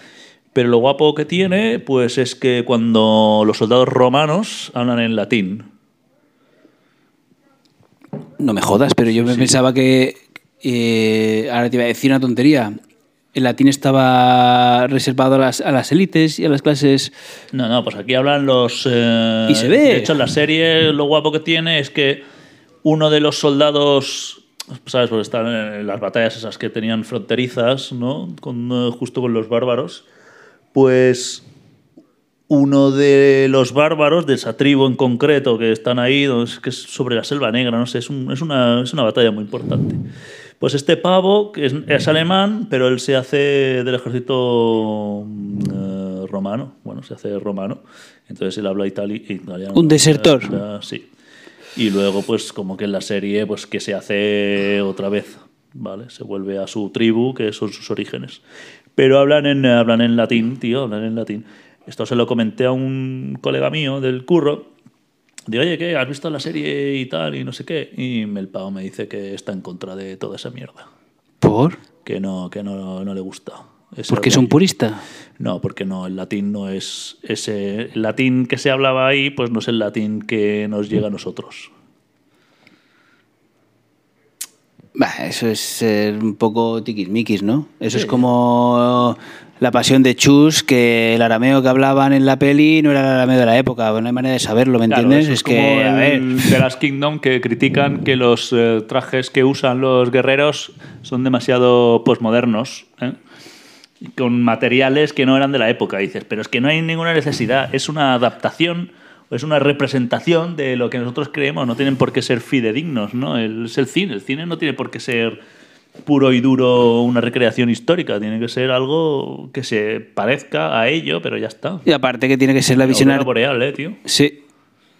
[SPEAKER 2] Pero lo guapo que tiene, pues es que cuando los soldados romanos hablan en latín.
[SPEAKER 1] No me jodas, pero yo me pensaba que... eh, ahora te iba a decir una tontería. El latín estaba reservado a las, a las élites y a las clases...
[SPEAKER 2] No, no, pues aquí hablan los... eh,
[SPEAKER 1] Y se ve.
[SPEAKER 2] De hecho, en la serie lo guapo que tiene es que uno de los soldados, ¿sabes? Porque están en las batallas esas que tenían fronterizas, ¿no? Con, eh, justo con los bárbaros. Pues uno de los bárbaros, de esa tribu en concreto que están ahí, no sé, que es sobre la Selva Negra, no sé, es, un- es una, es una batalla muy importante. Pues este pavo, que es, es alemán, pero él se hace del ejército mm, eh, romano, bueno, se hace romano, entonces él habla itali- italiano.
[SPEAKER 1] Un desertor.
[SPEAKER 2] Eh, sí. Y luego, pues como que en la serie, pues que se hace otra vez, ¿vale? Se vuelve a su tribu, que son sus orígenes. Pero hablan en, hablan en latín, tío, hablan en latín. Esto se lo comenté a un colega mío del curro. Digo, oye, ¿qué? ¿Has visto la serie y tal? Y no sé qué. Y el pavo me dice que está en contra de toda esa mierda.
[SPEAKER 1] ¿Por?
[SPEAKER 2] Que no, que no, no le gusta. Ese
[SPEAKER 1] Porque es un
[SPEAKER 2] rollo.
[SPEAKER 1] purista.
[SPEAKER 2] No, porque no, el latín no es ese el latín que se hablaba ahí, pues no es el latín que nos llega a nosotros.
[SPEAKER 1] Bah, eso es ser un poco tiquismiquis, ¿no? Eso es como la pasión de Chus, que el arameo que hablaban en la peli no era el arameo de la época. No hay manera de saberlo, ¿me
[SPEAKER 3] Claro,
[SPEAKER 1] entiendes?
[SPEAKER 3] eso
[SPEAKER 1] Es,
[SPEAKER 3] como
[SPEAKER 1] que, mm, a ver...
[SPEAKER 3] el de las Kingdom que critican que los eh, trajes que usan los guerreros son demasiado posmodernos, ¿eh? Y con materiales que no eran de la época. Dices, pero es que no hay ninguna necesidad, es una adaptación, es una representación de lo que nosotros creemos, no tienen por qué ser fidedignos, ¿no? El- es el cine, el cine no tiene por qué ser puro y duro una recreación histórica, tiene que ser algo que se parezca a ello, pero ya está.
[SPEAKER 1] Y aparte que tiene que ser la visión
[SPEAKER 3] Aurora
[SPEAKER 1] ar-
[SPEAKER 3] boreal, ¿eh, tío?
[SPEAKER 1] sí.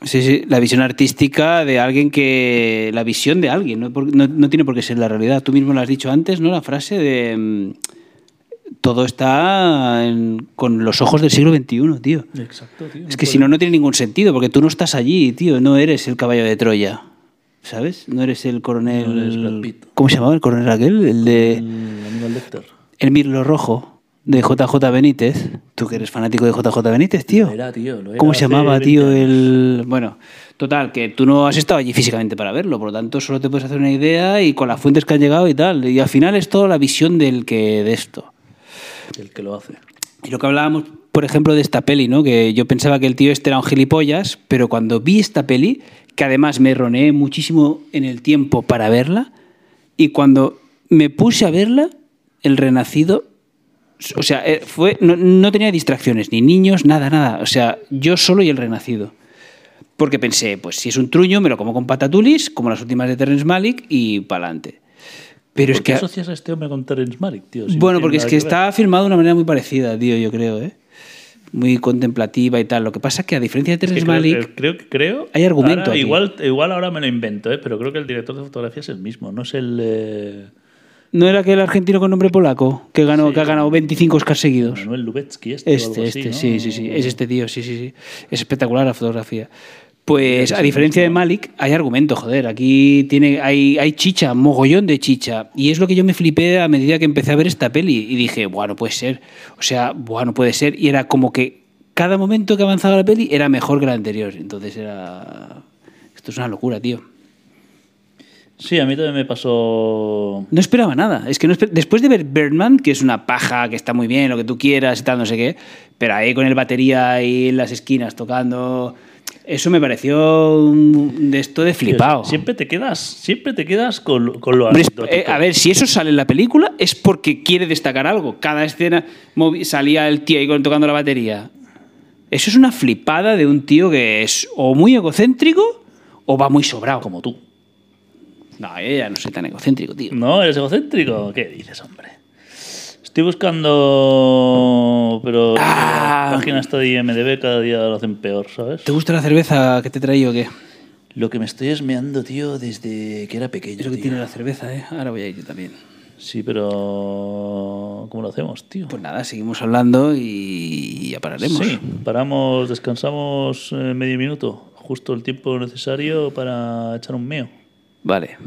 [SPEAKER 1] Sí, sí, la visión artística de alguien que. La visión de alguien, no, por- no- no tiene por qué ser la realidad. Tú mismo lo has dicho antes, ¿no? La frase de. mm, Todo está en- con los ojos del siglo XXI, tío.
[SPEAKER 2] Exacto, tío.
[SPEAKER 1] Es que si no, no tiene ningún sentido, porque tú no estás allí, tío. No eres el caballo de Troya, ¿sabes? No eres el coronel.
[SPEAKER 2] No eres Brad Pitt.
[SPEAKER 1] ¿Cómo se llamaba el coronel aquel? El de.
[SPEAKER 2] Aníbal Lecter.
[SPEAKER 1] El Mirlo Rojo, de JJ Benítez. Tú que eres fanático de JJ Benítez, tío.
[SPEAKER 2] Lo era, tío, lo era
[SPEAKER 1] ¿Cómo se
[SPEAKER 2] hace
[SPEAKER 1] llamaba,
[SPEAKER 2] 20
[SPEAKER 1] tío?
[SPEAKER 2] años.
[SPEAKER 1] El... Bueno, total, que tú no has estado allí físicamente para verlo, por lo tanto solo te puedes hacer una idea y con las fuentes que han llegado y tal. Y al final es toda la visión del que de esto. Eh,
[SPEAKER 2] El que lo hace.
[SPEAKER 1] Y lo que hablábamos, por ejemplo, de esta peli, ¿no? Que yo pensaba que el tío este era un gilipollas, pero cuando vi esta peli, que además me roneé muchísimo en el tiempo para verla, y cuando me puse a verla, el renacido O sea, eh, fue, no, no tenía distracciones, ni niños, nada, nada. O sea, yo solo y el renacido. Porque pensé, pues si es un truño, me lo como con patatulis, como las últimas de Terrence Malick, y pa'lante. Pero es
[SPEAKER 2] ¿Por qué
[SPEAKER 1] que.
[SPEAKER 2] asocias a este hombre con Terence Malick, tío? Si no
[SPEAKER 1] Bueno,
[SPEAKER 2] tiene
[SPEAKER 1] porque es
[SPEAKER 2] nada
[SPEAKER 1] que
[SPEAKER 2] ver.
[SPEAKER 1] está firmado de una manera muy parecida, tío, yo creo, ¿eh? Muy contemplativa y tal. Lo que pasa es que, a diferencia de
[SPEAKER 2] Es que
[SPEAKER 1] Terrence
[SPEAKER 2] creo,
[SPEAKER 1] Malick,
[SPEAKER 2] que- creo, que- creo-
[SPEAKER 1] Hay argumento
[SPEAKER 2] ahora
[SPEAKER 1] aquí.
[SPEAKER 2] igual, igual ahora me lo invento, ¿eh? pero creo que el director de fotografía es el mismo, no es el. eh,
[SPEAKER 1] ¿no era aquel argentino con nombre polaco que, ganó,
[SPEAKER 2] Sí.
[SPEAKER 1] que ha ganado 25 Oscars seguidos?
[SPEAKER 2] Manuel Lubetsky, este. o
[SPEAKER 1] Este,
[SPEAKER 2] algo así,
[SPEAKER 1] este,
[SPEAKER 2] ¿no? Mm.
[SPEAKER 1] sí, sí, sí. Es este tío, sí, sí, sí. Es espectacular la fotografía. Pues, a diferencia de Malik, hay argumento, joder. Aquí tiene, hay, hay chicha, mogollón de chicha. Y es lo que yo me flipé a medida que empecé a ver esta peli. Y dije, bueno, puede ser. O sea, bueno, puede ser. Y era como que cada momento que avanzaba la peli era mejor que la anterior. Entonces era. Esto es una locura, tío.
[SPEAKER 2] Sí, a mí también me pasó.
[SPEAKER 1] No esperaba nada. Es que no esper- después de ver Birdman, que es una paja, que está muy bien, lo que tú quieras y tal, no sé qué, pero ahí con el batería ahí en las esquinas tocando, eso me pareció un- de esto de flipado.
[SPEAKER 2] Siempre te quedas, siempre te quedas con, lo- con lo
[SPEAKER 1] Hombre, es- eh,
[SPEAKER 2] anecdótico.
[SPEAKER 1] a ver, si eso sale en la película es porque quiere destacar algo. Cada escena movi- salía el tío ahí con- tocando la batería. Eso es una flipada de un tío que es o muy egocéntrico o va muy sobrado.
[SPEAKER 2] Como tú.
[SPEAKER 1] No, yo ya no soy tan egocéntrico, tío.
[SPEAKER 2] ¿No? ¿Eres egocéntrico? ¿Qué dices, hombre? Estoy buscando. Pero.
[SPEAKER 1] Ah.
[SPEAKER 2] La página está de IMDB, cada día lo hacen peor, ¿sabes?
[SPEAKER 1] ¿Te gusta la cerveza que te he traído o qué?
[SPEAKER 2] Lo que me estoy esmeando, tío, desde que era pequeño.
[SPEAKER 1] Es lo que
[SPEAKER 2] tío.
[SPEAKER 1] tiene la cerveza, ¿eh? Ahora voy a ir yo también.
[SPEAKER 2] Sí, pero. ¿Cómo lo hacemos, tío?
[SPEAKER 1] Pues nada, seguimos hablando y ya pararemos.
[SPEAKER 2] Sí, paramos, descansamos eh, medio minuto, justo el tiempo necesario para echar un meo.
[SPEAKER 1] Vale.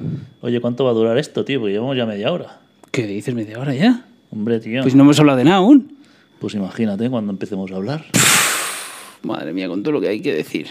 [SPEAKER 2] Oye, ¿cuánto va a durar esto, tío? Porque llevamos ya media hora.
[SPEAKER 1] ¿Qué dices media hora ya?
[SPEAKER 2] Hombre, tío.
[SPEAKER 1] Pues
[SPEAKER 2] Pues,
[SPEAKER 1] no hemos hablado de nada aún.
[SPEAKER 2] imagínate cuando empecemos a hablar.
[SPEAKER 1] Madre mía, con todo lo que hay que decir.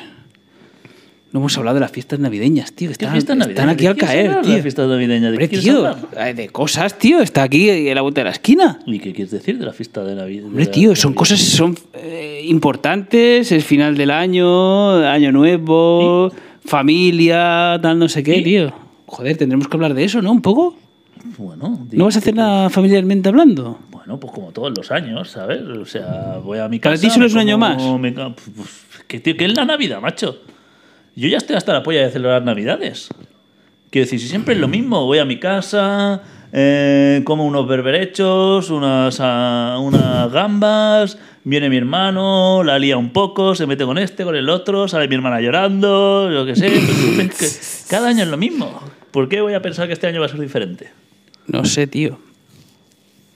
[SPEAKER 1] No hemos hablado de las fiestas navideñas, tío. que
[SPEAKER 2] ¿Qué
[SPEAKER 1] Están,
[SPEAKER 2] fiestas navideñas?
[SPEAKER 1] están aquí
[SPEAKER 2] ¿De
[SPEAKER 1] al
[SPEAKER 2] qué quieres
[SPEAKER 1] caer,
[SPEAKER 2] hablar de
[SPEAKER 1] tío.
[SPEAKER 2] las fiestas navideñas? ¿De
[SPEAKER 1] Hombre,
[SPEAKER 2] qué quieres
[SPEAKER 1] tío,
[SPEAKER 2] hablar?
[SPEAKER 1] eh, de cosas, tío. Está aquí en la vuelta de la esquina.
[SPEAKER 2] ¿Y qué quieres decir de la fiesta de Navidad?
[SPEAKER 1] Hombre, tío, son cosas son eh, importantes. El final del año, año nuevo, familia, tal, no sé qué,
[SPEAKER 2] ¿Y?
[SPEAKER 1] tío. Joder, tendremos que hablar de eso, ¿no? Un poco.
[SPEAKER 2] Bueno, di-
[SPEAKER 1] ¿No vas a hacer nada familiarmente hablando?
[SPEAKER 2] Bueno, pues como todos los años, ¿sabes? O sea, voy a mi
[SPEAKER 1] Para
[SPEAKER 2] casa.
[SPEAKER 1] ti solo
[SPEAKER 2] me
[SPEAKER 1] es un año
[SPEAKER 2] como-
[SPEAKER 1] más.
[SPEAKER 2] me ca- pf, pf, que, tío, que es la Navidad, macho. Yo ya estoy hasta la polla de celebrar Navidades. Quiero decir, si siempre es lo mismo, voy a mi casa, eh, como unos berberechos, unas, ah, unas gambas, viene mi hermano, la lía un poco, se mete con este, con el otro, sale mi hermana llorando, yo qué sé. Pues, que- Cada año es lo mismo. ¿Por qué voy a pensar que este año va a ser diferente?
[SPEAKER 1] No sé, tío.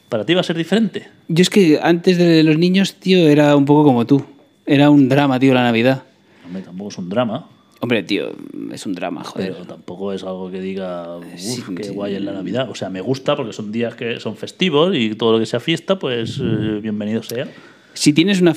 [SPEAKER 2] ¿Para ti va a ser diferente?
[SPEAKER 1] Yo es que antes de los niños, tío, era un poco como tú. Era un drama, tío, la Navidad.
[SPEAKER 2] Homey, tampoco es un drama.
[SPEAKER 1] Hombre, tío, es un drama, joder.
[SPEAKER 2] Pero tampoco es algo que diga, uff,
[SPEAKER 1] Sí,
[SPEAKER 2] qué
[SPEAKER 1] sí.
[SPEAKER 2] guay es la Navidad. O sea, me gusta porque son días que son festivos y todo lo que sea fiesta, pues
[SPEAKER 1] Mm.
[SPEAKER 2] eh, bienvenido sea.
[SPEAKER 1] Si tienes una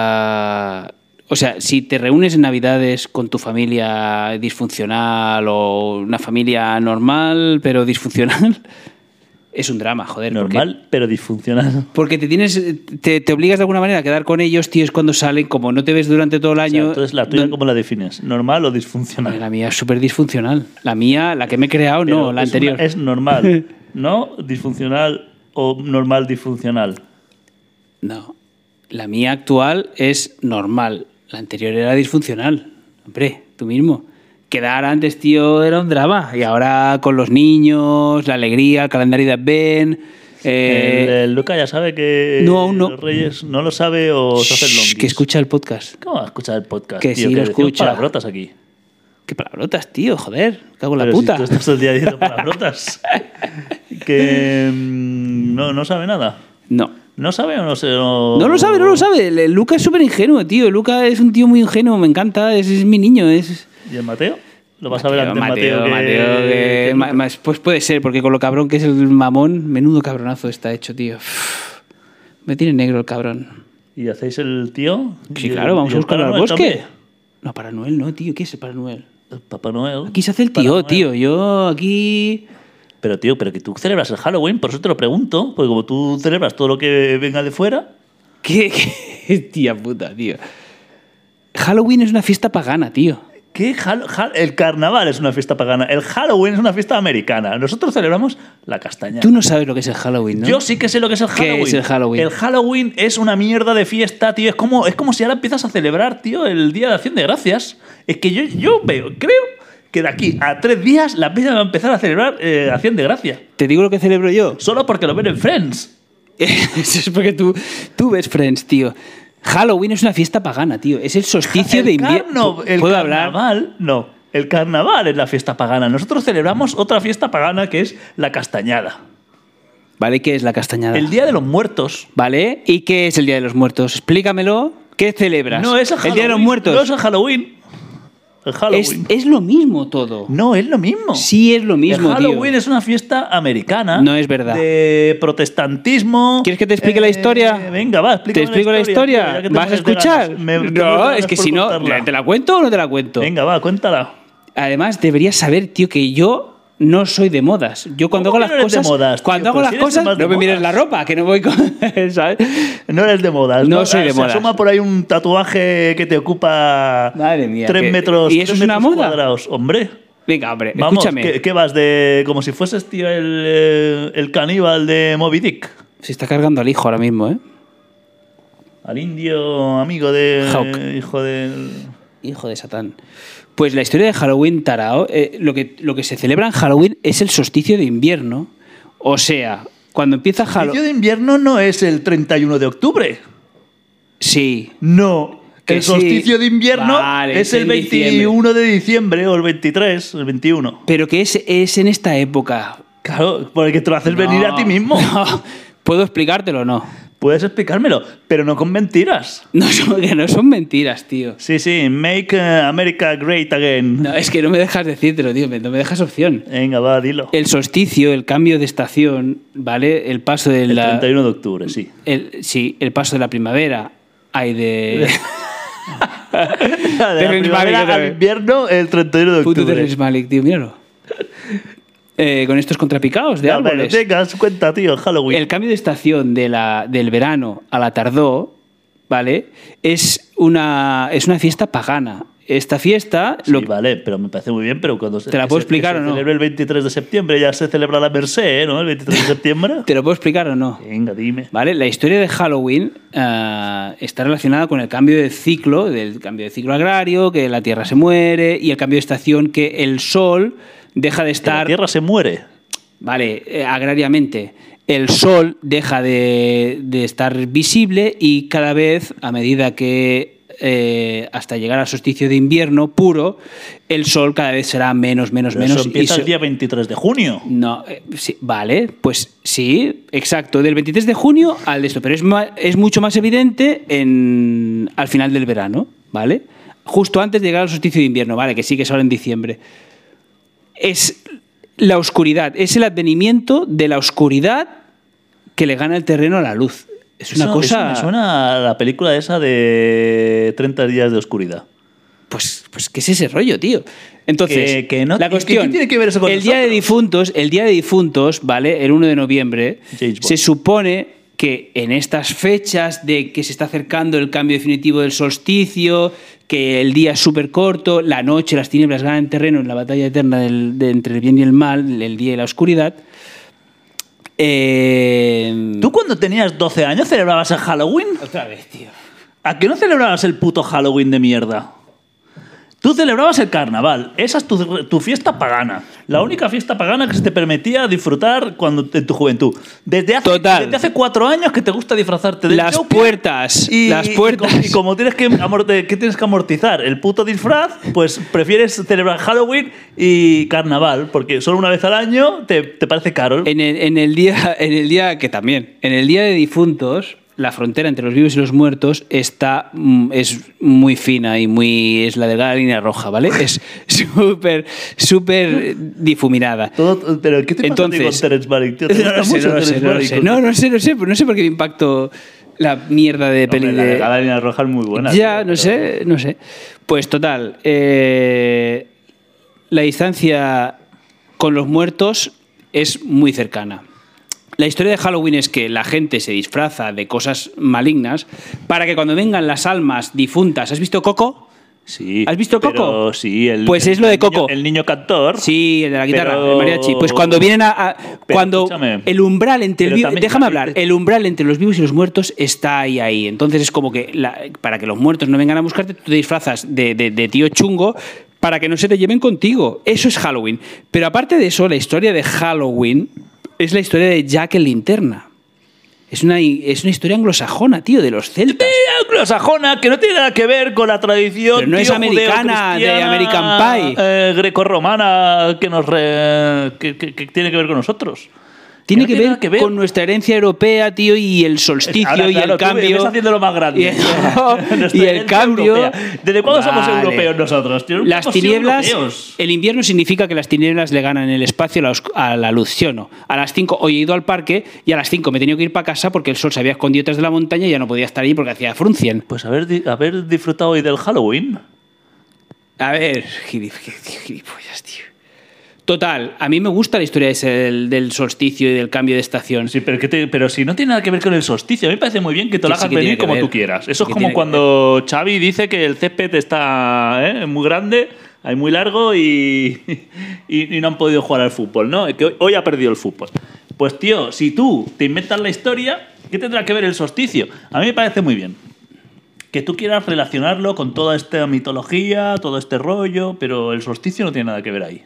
[SPEAKER 1] familia... O sea, si te reúnes en Navidades con tu familia disfuncional o una familia normal, pero disfuncional, <laughs> es un drama, joder. porque-
[SPEAKER 2] Normal, pero disfuncional. <laughs>
[SPEAKER 1] Porque te tienes, te, te obligas de alguna manera a quedar con ellos, tío, es cuando salen, como no te ves durante todo el
[SPEAKER 2] O sea,
[SPEAKER 1] año.
[SPEAKER 2] entonces, ¿la tuya
[SPEAKER 1] no-
[SPEAKER 2] cómo la defines? ¿Normal
[SPEAKER 1] <laughs>
[SPEAKER 2] o disfuncional?
[SPEAKER 1] La mía es súper disfuncional. La mía, la que me he creado,
[SPEAKER 2] Pero
[SPEAKER 1] no, la
[SPEAKER 2] es
[SPEAKER 1] anterior.
[SPEAKER 2] una-
[SPEAKER 1] <laughs>
[SPEAKER 2] es normal, ¿no? Disfuncional o normal disfuncional.
[SPEAKER 1] No. La mía actual es normal. La anterior era disfuncional. Hombre, tú mismo. Quedar antes, tío, era un drama. Y ahora con los niños, la alegría, el calendario de Advent. eh,
[SPEAKER 2] el, el Luca ya sabe que
[SPEAKER 1] no, aún no.
[SPEAKER 2] los Reyes no lo sabe o se hace
[SPEAKER 1] shh,
[SPEAKER 2] longuis.
[SPEAKER 1] que escucha el podcast.
[SPEAKER 2] ¿Cómo va a escuchar el podcast?
[SPEAKER 1] Que
[SPEAKER 2] tío?
[SPEAKER 1] sí lo
[SPEAKER 2] decimos
[SPEAKER 1] escucha.
[SPEAKER 2] palabrotas aquí.
[SPEAKER 1] Qué palabrotas, tío, joder. me Cago en la
[SPEAKER 2] Pero
[SPEAKER 1] puta.
[SPEAKER 2] Si tú estás todo el día
[SPEAKER 1] <laughs>
[SPEAKER 2] diciendo palabrotas. que mm, no, no sabe nada.
[SPEAKER 1] No.
[SPEAKER 2] ¿No sabe o no sé? o-
[SPEAKER 1] No lo sabe, no lo sabe. El- el Luca es súper ingenuo, tío. El Luca es un tío muy ingenuo, me encanta. Es, es mi niño. Es...
[SPEAKER 2] ¿Y el Mateo? Lo vas a ver antes
[SPEAKER 1] Mateo,
[SPEAKER 2] Mateo. que-
[SPEAKER 1] Mateo, que-
[SPEAKER 2] que-
[SPEAKER 1] ma- más- pues puede ser, porque con lo cabrón que es el mamón, menudo cabronazo está hecho, tío. Uf, Me tiene negro el cabrón.
[SPEAKER 2] ¿Y hacéis el tío?
[SPEAKER 1] Sí,
[SPEAKER 2] ¿Y
[SPEAKER 1] claro,
[SPEAKER 2] el-
[SPEAKER 1] vamos
[SPEAKER 2] y
[SPEAKER 1] a
[SPEAKER 2] el
[SPEAKER 1] buscarlo
[SPEAKER 2] Papá
[SPEAKER 1] al
[SPEAKER 2] Noel
[SPEAKER 1] bosque.
[SPEAKER 2] también?
[SPEAKER 1] No, para Noel no, tío. ¿Qué es el para Noel?
[SPEAKER 2] El Papá Noel.
[SPEAKER 1] Aquí se hace el
[SPEAKER 2] Papá
[SPEAKER 1] tío,
[SPEAKER 2] Noel.
[SPEAKER 1] tío. Yo aquí...
[SPEAKER 2] Pero tío, pero que tú celebras el Halloween, por eso te lo pregunto. Porque como tú celebras todo lo que venga de fuera,
[SPEAKER 1] <laughs> ¿Qué? qué? Tía puta, tío. Halloween es una fiesta pagana, tío.
[SPEAKER 2] ¿Qué Hall- Hall- el carnaval es una fiesta pagana, el Halloween es una fiesta americana. Nosotros celebramos la castaña.
[SPEAKER 1] Tú no sabes lo que es el Halloween, ¿no?
[SPEAKER 2] Yo sí que sé lo que es el
[SPEAKER 1] ¿Qué
[SPEAKER 2] Halloween.
[SPEAKER 1] es el Halloween?
[SPEAKER 2] El Halloween es una mierda de fiesta, tío. Es como, es como si ahora empiezas a celebrar, tío, el Día de Acción de Gracias. Es que yo, yo veo, creo que de aquí a tres días la peña va a empezar a celebrar eh, Acción de Gracias.
[SPEAKER 1] ¿Te digo lo que celebro yo?
[SPEAKER 2] Solo porque lo ven en Friends.
[SPEAKER 1] <laughs> Eso es porque tú, tú ves Friends, tío. Halloween es una fiesta pagana, tío. Es el solsticio de invierno.
[SPEAKER 2] carno- el
[SPEAKER 1] ¿Puedo hablar?
[SPEAKER 2] carnaval, no. El carnaval es la fiesta pagana. Nosotros celebramos otra fiesta pagana que es la castañada.
[SPEAKER 1] ¿Vale? ¿Qué es la castañada?
[SPEAKER 2] El Día de los Muertos.
[SPEAKER 1] ¿Vale? ¿Y qué es el Día de los Muertos? Explícamelo. ¿Qué celebras?
[SPEAKER 2] No es el,
[SPEAKER 1] Día de los
[SPEAKER 2] Halloween,
[SPEAKER 1] Muertos.
[SPEAKER 2] No es el Halloween. El
[SPEAKER 1] Es-
[SPEAKER 2] Halloween.
[SPEAKER 1] es lo mismo todo.
[SPEAKER 2] No, es lo mismo.
[SPEAKER 1] Sí es lo mismo,
[SPEAKER 2] El Halloween
[SPEAKER 1] tío.
[SPEAKER 2] es una fiesta americana.
[SPEAKER 1] No es verdad.
[SPEAKER 2] De protestantismo.
[SPEAKER 1] ¿Quieres que te explique la historia?
[SPEAKER 2] Eh, Venga, va, explícame
[SPEAKER 1] ¿Te explico la historia?
[SPEAKER 2] tío, ya que te
[SPEAKER 1] ¿Vas a
[SPEAKER 2] mueres de
[SPEAKER 1] escuchar?
[SPEAKER 2] ganas. Me- te mueres de
[SPEAKER 1] no,
[SPEAKER 2] ganas
[SPEAKER 1] es que
[SPEAKER 2] por
[SPEAKER 1] si no,
[SPEAKER 2] contarla.
[SPEAKER 1] ¿te la cuento o no te la cuento?
[SPEAKER 2] Venga, va, cuéntala.
[SPEAKER 1] Además, deberías saber, tío, que yo no soy de modas. Yo cuando hago
[SPEAKER 2] ¿Cómo
[SPEAKER 1] las
[SPEAKER 2] que no eres de
[SPEAKER 1] cosas,
[SPEAKER 2] modas, tío?
[SPEAKER 1] cuando hago
[SPEAKER 2] Pero
[SPEAKER 1] las
[SPEAKER 2] si eres
[SPEAKER 1] cosas,
[SPEAKER 2] el más de
[SPEAKER 1] no me mires la
[SPEAKER 2] modas.
[SPEAKER 1] ropa, que no voy con, <laughs> ¿sabes?
[SPEAKER 2] No eres de modas.
[SPEAKER 1] No soy de
[SPEAKER 2] Se
[SPEAKER 1] modas.
[SPEAKER 2] asoma por ahí un tatuaje que te ocupa
[SPEAKER 1] Madre mía,
[SPEAKER 2] tres
[SPEAKER 1] que-
[SPEAKER 2] metros,
[SPEAKER 1] ¿y eso
[SPEAKER 2] tres
[SPEAKER 1] es una
[SPEAKER 2] metros
[SPEAKER 1] moda?
[SPEAKER 2] cuadrados. Hombre,
[SPEAKER 1] Venga, hombre,
[SPEAKER 2] vamos,
[SPEAKER 1] escúchame.
[SPEAKER 2] ¿qué, qué vas de...? Como si fueses, tío, el, eh, el caníbal de Moby Dick.
[SPEAKER 1] Se está cargando al hijo ahora mismo, ¿eh?
[SPEAKER 2] Al indio amigo de...
[SPEAKER 1] Hawk.
[SPEAKER 2] Hijo del...
[SPEAKER 1] Hijo de Satán. Pues la historia de Halloween Tarao, eh, lo, que, lo que se celebra en Halloween es el solsticio de invierno. O sea, cuando empieza
[SPEAKER 2] El
[SPEAKER 1] Halloween.
[SPEAKER 2] de invierno no es el 31 de octubre.
[SPEAKER 1] Sí,
[SPEAKER 2] No.
[SPEAKER 1] Que
[SPEAKER 2] el solsticio
[SPEAKER 1] sí.
[SPEAKER 2] de invierno
[SPEAKER 1] Vale, es
[SPEAKER 2] es el
[SPEAKER 1] en diciembre.
[SPEAKER 2] 21 de diciembre o el 23, el 21.
[SPEAKER 1] pero que es, es en esta época.
[SPEAKER 2] Claro, porque te lo haces venir a ti mismo.
[SPEAKER 1] <laughs> No. ¿Puedo explicártelo o no?
[SPEAKER 2] Puedes explicármelo, pero no con mentiras.
[SPEAKER 1] No <laughs> son, que no son mentiras, tío.
[SPEAKER 2] Sí, sí, make eh, America great again.
[SPEAKER 1] No, es que no me dejas decírtelo, tío. me- No me dejas opción.
[SPEAKER 2] Venga, va, dilo.
[SPEAKER 1] El solsticio, el cambio de estación, ¿vale? El paso de
[SPEAKER 2] El
[SPEAKER 1] la.
[SPEAKER 2] 31 de
[SPEAKER 1] <laughs>
[SPEAKER 2] octubre, sí.
[SPEAKER 1] el- sí, el paso de la primavera. Hay
[SPEAKER 2] <laughs>
[SPEAKER 1] de. <laughs>
[SPEAKER 2] De la
[SPEAKER 1] Terrence
[SPEAKER 2] primavera
[SPEAKER 1] Malick, otra
[SPEAKER 2] al
[SPEAKER 1] vez.
[SPEAKER 2] invierno, el 31 de
[SPEAKER 1] Puto
[SPEAKER 2] octubre.
[SPEAKER 1] Terrence Malick, tío, míralo. Eh, con estos contrapicados de
[SPEAKER 2] Ya, pero
[SPEAKER 1] árboles.
[SPEAKER 2] tengas cuenta, tío, Halloween.
[SPEAKER 1] El cambio de estación de la, del verano a la tardó, ¿vale? Es una, es una fiesta pagana. Esta fiesta,
[SPEAKER 2] Sí,
[SPEAKER 1] lo-
[SPEAKER 2] vale, pero me parece muy bien, pero cuando se,
[SPEAKER 1] ¿Te la
[SPEAKER 2] que
[SPEAKER 1] puedo
[SPEAKER 2] se-
[SPEAKER 1] explicar
[SPEAKER 2] que
[SPEAKER 1] o
[SPEAKER 2] se
[SPEAKER 1] no?
[SPEAKER 2] celebra el 23 de septiembre, ya se celebra la Merced, ¿eh? ¿no? El 23 de septiembre.
[SPEAKER 1] <laughs> ¿te lo puedo explicar o no?
[SPEAKER 2] Venga, dime.
[SPEAKER 1] ¿Vale? La historia de Halloween ah, está relacionada con el cambio de ciclo, del cambio de ciclo agrario, que la Tierra se muere, y el cambio de estación que el Sol deja de
[SPEAKER 2] Que la
[SPEAKER 1] estar
[SPEAKER 2] Tierra se muere.
[SPEAKER 1] Vale, eh, agrariamente. El sol deja de, de estar visible y cada vez, a medida que eh, hasta llegar al solsticio de invierno puro, el sol cada vez será menos, menos,
[SPEAKER 2] Pero
[SPEAKER 1] menos.
[SPEAKER 2] eso
[SPEAKER 1] y
[SPEAKER 2] empieza
[SPEAKER 1] se-
[SPEAKER 2] el día 23 de junio.
[SPEAKER 1] No, eh, sí, vale, pues sí, exacto, del 23 de junio al de esto, pero es, ma- es mucho más evidente en, al final del verano, ¿vale? Justo antes de llegar al solsticio de invierno, ¿vale? Que sí que es ahora en diciembre. Es la oscuridad, es el advenimiento de la oscuridad que le gana el terreno a la luz. Es una
[SPEAKER 2] Eso-
[SPEAKER 1] cosa...
[SPEAKER 2] eso me suena a la película esa de 30 días de oscuridad.
[SPEAKER 1] Pues, pues ¿qué es ese rollo, tío? Entonces,
[SPEAKER 2] Que- que no-
[SPEAKER 1] la
[SPEAKER 2] ¿qué-
[SPEAKER 1] cuestión,
[SPEAKER 2] qué tiene que ver eso con
[SPEAKER 1] el día de
[SPEAKER 2] nosotros?
[SPEAKER 1] difuntos, el día de difuntos, ¿vale? El 1 de noviembre,
[SPEAKER 2] James Bond.
[SPEAKER 1] se supone que en estas fechas de que se está acercando el cambio definitivo del solsticio, que el día es súper corto, la noche, las tinieblas ganan terreno en la batalla eterna del- de entre el bien y el mal, el día y la oscuridad. Eh,
[SPEAKER 2] ¿Tú cuando tenías 12 años celebrabas el Halloween?
[SPEAKER 1] Otra vez, tío.
[SPEAKER 2] ¿A qué no celebrabas el puto Halloween de mierda? Tú celebrabas el carnaval, esa es tu, tu fiesta pagana, la única fiesta pagana que se te permitía disfrutar cuando en tu juventud. Desde hace,
[SPEAKER 1] Total.
[SPEAKER 2] desde hace cuatro años que te gusta disfrazarte de
[SPEAKER 1] Las puertas, las puertas.
[SPEAKER 2] Y, como tienes que, amorte- que tienes que amortizar el puto disfraz, pues prefieres celebrar Halloween y carnaval, porque solo una vez al año te, te parece caro.
[SPEAKER 1] En el, en el día, en el día que también, en el día de difuntos, la frontera entre los vivos y los muertos está mm, es muy fina y muy es la delgada línea roja,
[SPEAKER 2] <laughs>
[SPEAKER 1] ¿vale? Es súper súper difuminada.
[SPEAKER 2] Todo- pero ¿qué te pasa a ti
[SPEAKER 1] Entonces-
[SPEAKER 2] con Terence Malick,
[SPEAKER 1] <laughs>
[SPEAKER 2] tío?
[SPEAKER 1] No
[SPEAKER 2] ¿Te
[SPEAKER 1] lo
[SPEAKER 2] gusta
[SPEAKER 1] sé,
[SPEAKER 2] mucho
[SPEAKER 1] no lo sé,
[SPEAKER 2] Terence
[SPEAKER 1] no lo
[SPEAKER 2] Malick?
[SPEAKER 1] sé. No, no sé, no sé, no sé por qué me impactó la mierda de peli
[SPEAKER 2] Hombre, la
[SPEAKER 1] de
[SPEAKER 2] de la línea roja es muy buena.
[SPEAKER 1] ya,
[SPEAKER 2] tío,
[SPEAKER 1] no
[SPEAKER 2] pero-
[SPEAKER 1] sé, no sé. Pues total, eh, la distancia con los muertos es muy cercana. La historia de Halloween es que la gente se disfraza de cosas malignas para que cuando vengan las almas difuntas, ¿has visto Coco?
[SPEAKER 2] Sí.
[SPEAKER 1] ¿Has visto Coco?
[SPEAKER 2] pero sí, el,
[SPEAKER 1] Pues es lo
[SPEAKER 2] el
[SPEAKER 1] de
[SPEAKER 2] niño-
[SPEAKER 1] Coco.
[SPEAKER 2] el niño cantor.
[SPEAKER 1] Sí, el de la guitarra,
[SPEAKER 2] Pero-
[SPEAKER 1] el mariachi. Pues cuando vienen a. a- cuando
[SPEAKER 2] escúchame.
[SPEAKER 1] el umbral entre el
[SPEAKER 2] Pero
[SPEAKER 1] vi-
[SPEAKER 2] también-
[SPEAKER 1] Déjame hablar. El umbral entre los vivos y los muertos está ahí, ahí. Entonces es como que la- para que los muertos no vengan a buscarte, tú te disfrazas de, de- de tío chungo para que no se te lleven contigo. Eso es Halloween. Pero aparte de eso, la historia de Halloween es la historia de Jack el Linterna. Es una, es una historia anglosajona, tío, de los celtas.
[SPEAKER 2] anglosajona que no tiene nada que ver con la tradición
[SPEAKER 1] Pero no es
[SPEAKER 2] tío,
[SPEAKER 1] americana, de
[SPEAKER 2] judeocristiana,
[SPEAKER 1] American Pie.
[SPEAKER 2] eh, grecorromana que nos re- que, que- que tiene que ver con nosotros
[SPEAKER 1] Tiene
[SPEAKER 2] no
[SPEAKER 1] que,
[SPEAKER 2] tiene
[SPEAKER 1] ver
[SPEAKER 2] nada que ver.
[SPEAKER 1] con nuestra herencia europea, tío, y el solsticio
[SPEAKER 2] Ahora,
[SPEAKER 1] y
[SPEAKER 2] claro,
[SPEAKER 1] el
[SPEAKER 2] tú me
[SPEAKER 1] cambio.
[SPEAKER 2] ves haciéndolo más grande.
[SPEAKER 1] <laughs>
[SPEAKER 2] <laughs>
[SPEAKER 1] Y el,
[SPEAKER 2] Nuestra
[SPEAKER 1] y el
[SPEAKER 2] herencia
[SPEAKER 1] cambio.
[SPEAKER 2] europea. ¿Desde cuándo somos
[SPEAKER 1] Vale.
[SPEAKER 2] europeos nosotros? tío? Nunca
[SPEAKER 1] Las
[SPEAKER 2] hemos sido
[SPEAKER 1] tinieblas.
[SPEAKER 2] europeos.
[SPEAKER 1] El invierno significa que las tinieblas le ganan el espacio a la, oscu- a la luz, ¿sí o no? A las 5, hoy he ido al parque y a las 5 me he tenido que ir para casa porque el sol se había escondido detrás de la montaña y ya no podía estar allí porque hacía fruncien.
[SPEAKER 2] Pues haber, di- haber disfrutado hoy del Halloween.
[SPEAKER 1] A ver, gilip- gilipollas, tío. Total, a mí me gusta la historia ese del, del solsticio y del cambio de estación.
[SPEAKER 2] Sí, pero, que te- pero si no tiene nada que ver con el solsticio, a mí me parece muy bien que te lo
[SPEAKER 1] Que sí que
[SPEAKER 2] hagas
[SPEAKER 1] tiene
[SPEAKER 2] venir
[SPEAKER 1] que
[SPEAKER 2] como
[SPEAKER 1] ver.
[SPEAKER 2] tú quieras. Eso
[SPEAKER 1] Que
[SPEAKER 2] es
[SPEAKER 1] tiene que
[SPEAKER 2] como cuando Xavi dice que el césped está ¿eh? muy grande, hay muy largo y, <laughs> y, y no han podido jugar al fútbol, ¿no? Que hoy, hoy ha perdido el fútbol. Pues tío, si tú te inventas la historia, ¿qué tendrá que ver el solsticio? A mí me parece muy bien. Que tú quieras relacionarlo con toda esta mitología, todo este rollo, pero el solsticio no tiene nada que ver ahí.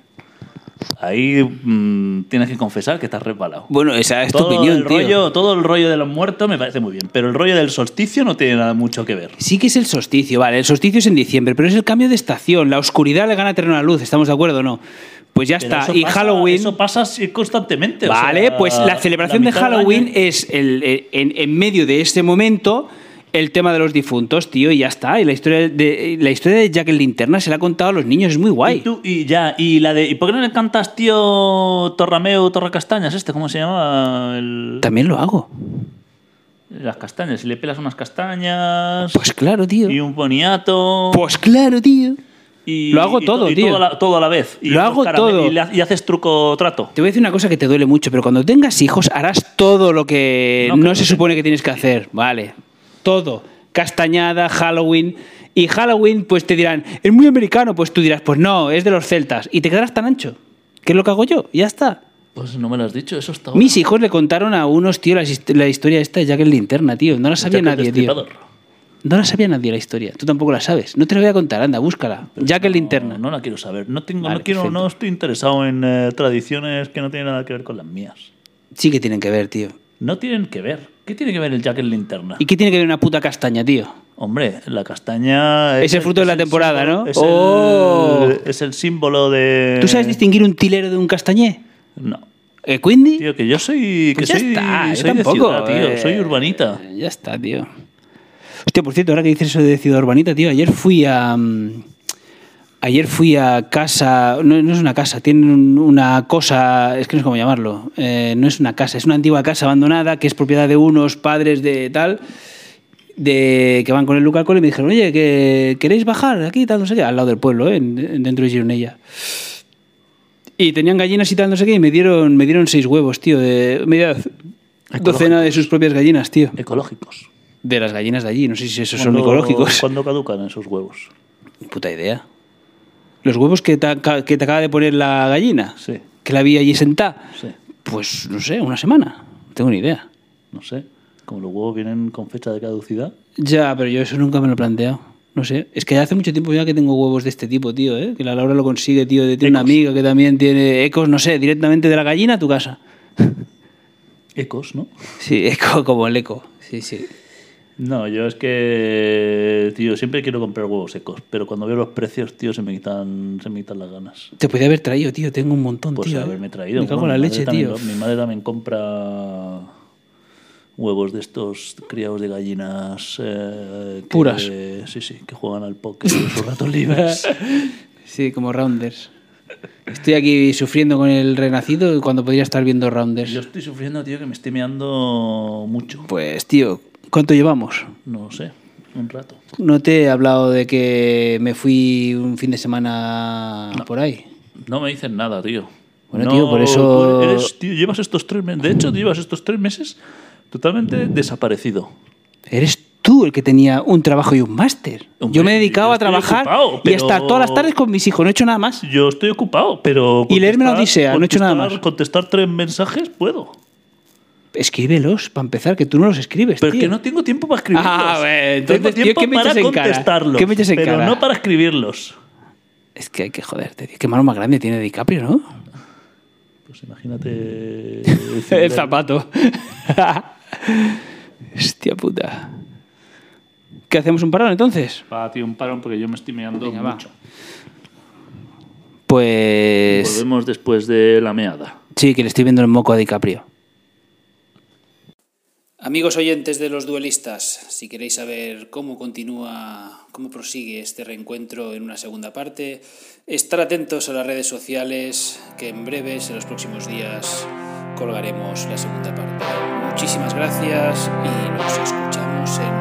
[SPEAKER 2] Ahí mm, tienes que confesar que estás resbalado
[SPEAKER 1] Bueno, esa es tu
[SPEAKER 2] todo
[SPEAKER 1] opinión,
[SPEAKER 2] el
[SPEAKER 1] tío.
[SPEAKER 2] rollo, todo el rollo de los muertos me parece muy bien, pero el rollo del solsticio no tiene nada mucho que ver.
[SPEAKER 1] Sí que es el solsticio, vale, el solsticio es en diciembre, pero es el cambio de estación, la oscuridad le gana terreno a la luz, ¿estamos de acuerdo o no? Pues ya
[SPEAKER 2] Pero
[SPEAKER 1] está,
[SPEAKER 2] eso
[SPEAKER 1] y
[SPEAKER 2] pasa-
[SPEAKER 1] Halloween...
[SPEAKER 2] Eso pasa así constantemente. o
[SPEAKER 1] Vale,
[SPEAKER 2] sea,
[SPEAKER 1] pues la celebración de
[SPEAKER 2] mitad del año-
[SPEAKER 1] Halloween es el, eh, en, en medio de este momento el tema de los difuntos, tío, y ya está. Y la historia de, la historia de Jack el Linterna se la ha contado a los niños, es muy
[SPEAKER 2] Y,
[SPEAKER 1] guay.
[SPEAKER 2] tú- y ya, y la de. ¿Y por qué no le cantas, tío Torrameo, Torracastañas? Este, ¿cómo se llama? El-
[SPEAKER 1] También lo hago.
[SPEAKER 2] las castañas. Y le pelas unas castañas.
[SPEAKER 1] Pues claro, tío.
[SPEAKER 2] y un boniato.
[SPEAKER 1] Pues claro, tío.
[SPEAKER 2] y,
[SPEAKER 1] lo hago
[SPEAKER 2] y to-
[SPEAKER 1] todo,
[SPEAKER 2] y
[SPEAKER 1] tío.
[SPEAKER 2] a la- todo a la vez. Y
[SPEAKER 1] Lo
[SPEAKER 2] unos
[SPEAKER 1] hago
[SPEAKER 2] carame-
[SPEAKER 1] todo.
[SPEAKER 2] Y, le ha- y haces truco o trato.
[SPEAKER 1] Te voy a decir una cosa que te duele mucho, pero cuando tengas hijos harás todo lo que no,
[SPEAKER 2] No, creo
[SPEAKER 1] se
[SPEAKER 2] que-
[SPEAKER 1] supone que tienes que hacer, ¿vale? Todo. Castañada, Halloween. Y Halloween, pues te dirán, es muy americano, pues tú dirás, pues no, es de los celtas. Y te quedarás tan ancho. ¿Qué es lo que hago yo? Y Ya está.
[SPEAKER 2] Pues no me lo has dicho, eso está.
[SPEAKER 1] Oh. Mis hijos le contaron a unos, tío, la, his- la historia esta de Jack el Linterna, tío. No la sabía nadie, tío. No la sabía nadie la historia. Tú tampoco la sabes. No te la voy a contar, anda, búscala. Jack el
[SPEAKER 2] No,
[SPEAKER 1] Linterna.
[SPEAKER 2] No, la quiero saber. No tengo,
[SPEAKER 1] Vale,
[SPEAKER 2] no quiero,
[SPEAKER 1] perfecto.
[SPEAKER 2] no estoy interesado en eh, tradiciones que no tienen nada que ver con las mías.
[SPEAKER 1] Sí que tienen que ver, tío.
[SPEAKER 2] No tienen que ver. ¿Qué tiene que ver el Jack en linterna?
[SPEAKER 1] ¿Y qué tiene que ver una puta castaña, tío?
[SPEAKER 2] Hombre, la castaña
[SPEAKER 1] Es el fruto de la temporada,
[SPEAKER 2] símbolo-
[SPEAKER 1] ¿no?
[SPEAKER 2] Es,
[SPEAKER 1] ¡Oh!
[SPEAKER 2] el, es el símbolo de.
[SPEAKER 1] ¿Tú sabes distinguir un tilero de un castañé?
[SPEAKER 2] No.
[SPEAKER 1] ¿Eh, Quindy?
[SPEAKER 2] Tío, que yo soy. Que
[SPEAKER 1] Pues ya
[SPEAKER 2] soy,
[SPEAKER 1] está, yo
[SPEAKER 2] soy
[SPEAKER 1] tampoco,
[SPEAKER 2] de ciudad, tío.
[SPEAKER 1] eh.
[SPEAKER 2] Soy urbanita.
[SPEAKER 1] Ya está, tío. Hostia, por cierto, ahora que dices eso de Ciudad Urbanita, tío, ayer fui a. mm, Ayer fui a casa. No, no es una casa, tienen un- una cosa. Es que no sé cómo llamarlo. eh, no es una casa, es una antigua casa abandonada que es propiedad de unos padres de tal. De, que van con el Luca al cole y me dijeron, oye, que queréis bajar aquí, tal, no sé qué, al lado del pueblo, eh, en- en- dentro de Gironella. Y tenían gallinas y tal, no sé qué, y me dieron, me dieron seis huevos, tío, de media docena de sus propias gallinas, tío.
[SPEAKER 2] Ecológicos.
[SPEAKER 1] De las gallinas de allí, no sé si esos son
[SPEAKER 2] Cuando-
[SPEAKER 1] ecológicos.
[SPEAKER 2] Cuando caducan esos huevos.
[SPEAKER 1] Ni Puta idea. Los huevos que te, aca- que te acaba de poner la gallina,
[SPEAKER 2] Sí.
[SPEAKER 1] que la vi allí sentada,
[SPEAKER 2] Sí.
[SPEAKER 1] pues no sé, una semana, no tengo ni idea.
[SPEAKER 2] No sé. Como los huevos vienen con fecha de caducidad.
[SPEAKER 1] Ya, pero yo eso nunca me lo he planteado. No sé, es que hace mucho tiempo ya que tengo huevos de este tipo, tío, ¿eh? que la Laura lo consigue, tío, de tiene una
[SPEAKER 2] Ecos.
[SPEAKER 1] amiga que también tiene ecos, no sé, directamente de la gallina a tu casa.
[SPEAKER 2] Ecos, ¿no?
[SPEAKER 1] Sí, <laughs> eco como el eco, sí, sí.
[SPEAKER 2] No, yo es que, tío, siempre quiero comprar huevos secos, pero cuando veo los precios, tío, se me quitan, se me quitan las ganas.
[SPEAKER 1] Te podía haber traído, tío, tengo un montón,
[SPEAKER 2] Pues
[SPEAKER 1] tío. ¿eh?
[SPEAKER 2] haberme traído.
[SPEAKER 1] Me cago en
[SPEAKER 2] uno.
[SPEAKER 1] la
[SPEAKER 2] Mi
[SPEAKER 1] leche,
[SPEAKER 2] madre también
[SPEAKER 1] tío.
[SPEAKER 2] lo- mi madre también compra huevos de estos criados de gallinas eh, que-
[SPEAKER 1] Puras.
[SPEAKER 2] Sí, sí, que juegan al póker en sus
[SPEAKER 1] <laughs>
[SPEAKER 2] ratos libres.
[SPEAKER 1] Sí, como Rounders. Estoy aquí sufriendo con el renacido cuando podría estar viendo Rounders.
[SPEAKER 2] Yo estoy sufriendo, tío, que me estoy meando mucho.
[SPEAKER 1] Pues, tío, ¿cuánto llevamos?
[SPEAKER 2] No sé, un rato.
[SPEAKER 1] No te he hablado de que me fui un fin de semana por ahí.
[SPEAKER 2] No me dicen nada, tío.
[SPEAKER 1] Bueno,
[SPEAKER 2] No,
[SPEAKER 1] tío, por eso-
[SPEAKER 2] eres- tío, llevas estos tres meses. De hecho, llevas estos tres meses totalmente desaparecido.
[SPEAKER 1] Eres tú el que tenía un trabajo y un máster.
[SPEAKER 2] Hombre,
[SPEAKER 1] yo me he dedicado
[SPEAKER 2] yo
[SPEAKER 1] a
[SPEAKER 2] estoy
[SPEAKER 1] trabajar
[SPEAKER 2] ocupado,
[SPEAKER 1] y a estar
[SPEAKER 2] pero-
[SPEAKER 1] todas las tardes con mis hijos. No he hecho nada más.
[SPEAKER 2] Yo estoy ocupado, pero.
[SPEAKER 1] Y leerme la
[SPEAKER 2] contestar-
[SPEAKER 1] Odisea, no he hecho nada
[SPEAKER 2] contestar-
[SPEAKER 1] más.
[SPEAKER 2] Contestar tres mensajes puedo.
[SPEAKER 1] Escríbelos, para empezar, que tú no los escribes.
[SPEAKER 2] Pero es
[SPEAKER 1] tío.
[SPEAKER 2] que no tengo tiempo para escribirlos.
[SPEAKER 1] Ah, bueno, entonces,
[SPEAKER 2] tengo
[SPEAKER 1] tío,
[SPEAKER 2] tiempo
[SPEAKER 1] ¿qué me
[SPEAKER 2] para
[SPEAKER 1] echas en cara?
[SPEAKER 2] contestarlos.
[SPEAKER 1] ¿Qué me echas en
[SPEAKER 2] pero
[SPEAKER 1] cara?
[SPEAKER 2] no para escribirlos.
[SPEAKER 1] Es que hay que joderte, tío. Qué mano más grande tiene DiCaprio, ¿no?
[SPEAKER 2] Pues imagínate.
[SPEAKER 1] <laughs> El zapato. <laughs> Hostia puta. ¿Qué hacemos un parón entonces?
[SPEAKER 3] Va, tío, un parón porque yo me estoy meando
[SPEAKER 1] Venga, va.
[SPEAKER 3] mucho.
[SPEAKER 1] Pues
[SPEAKER 2] Volvemos después de la meada.
[SPEAKER 1] sí, que le estoy viendo el moco a DiCaprio. Amigos oyentes de los duelistas, si queréis saber cómo continúa, cómo prosigue este reencuentro en una segunda parte, estar atentos a las redes sociales que en breves, en los próximos días, colgaremos la segunda parte. Muchísimas gracias y nos escuchamos en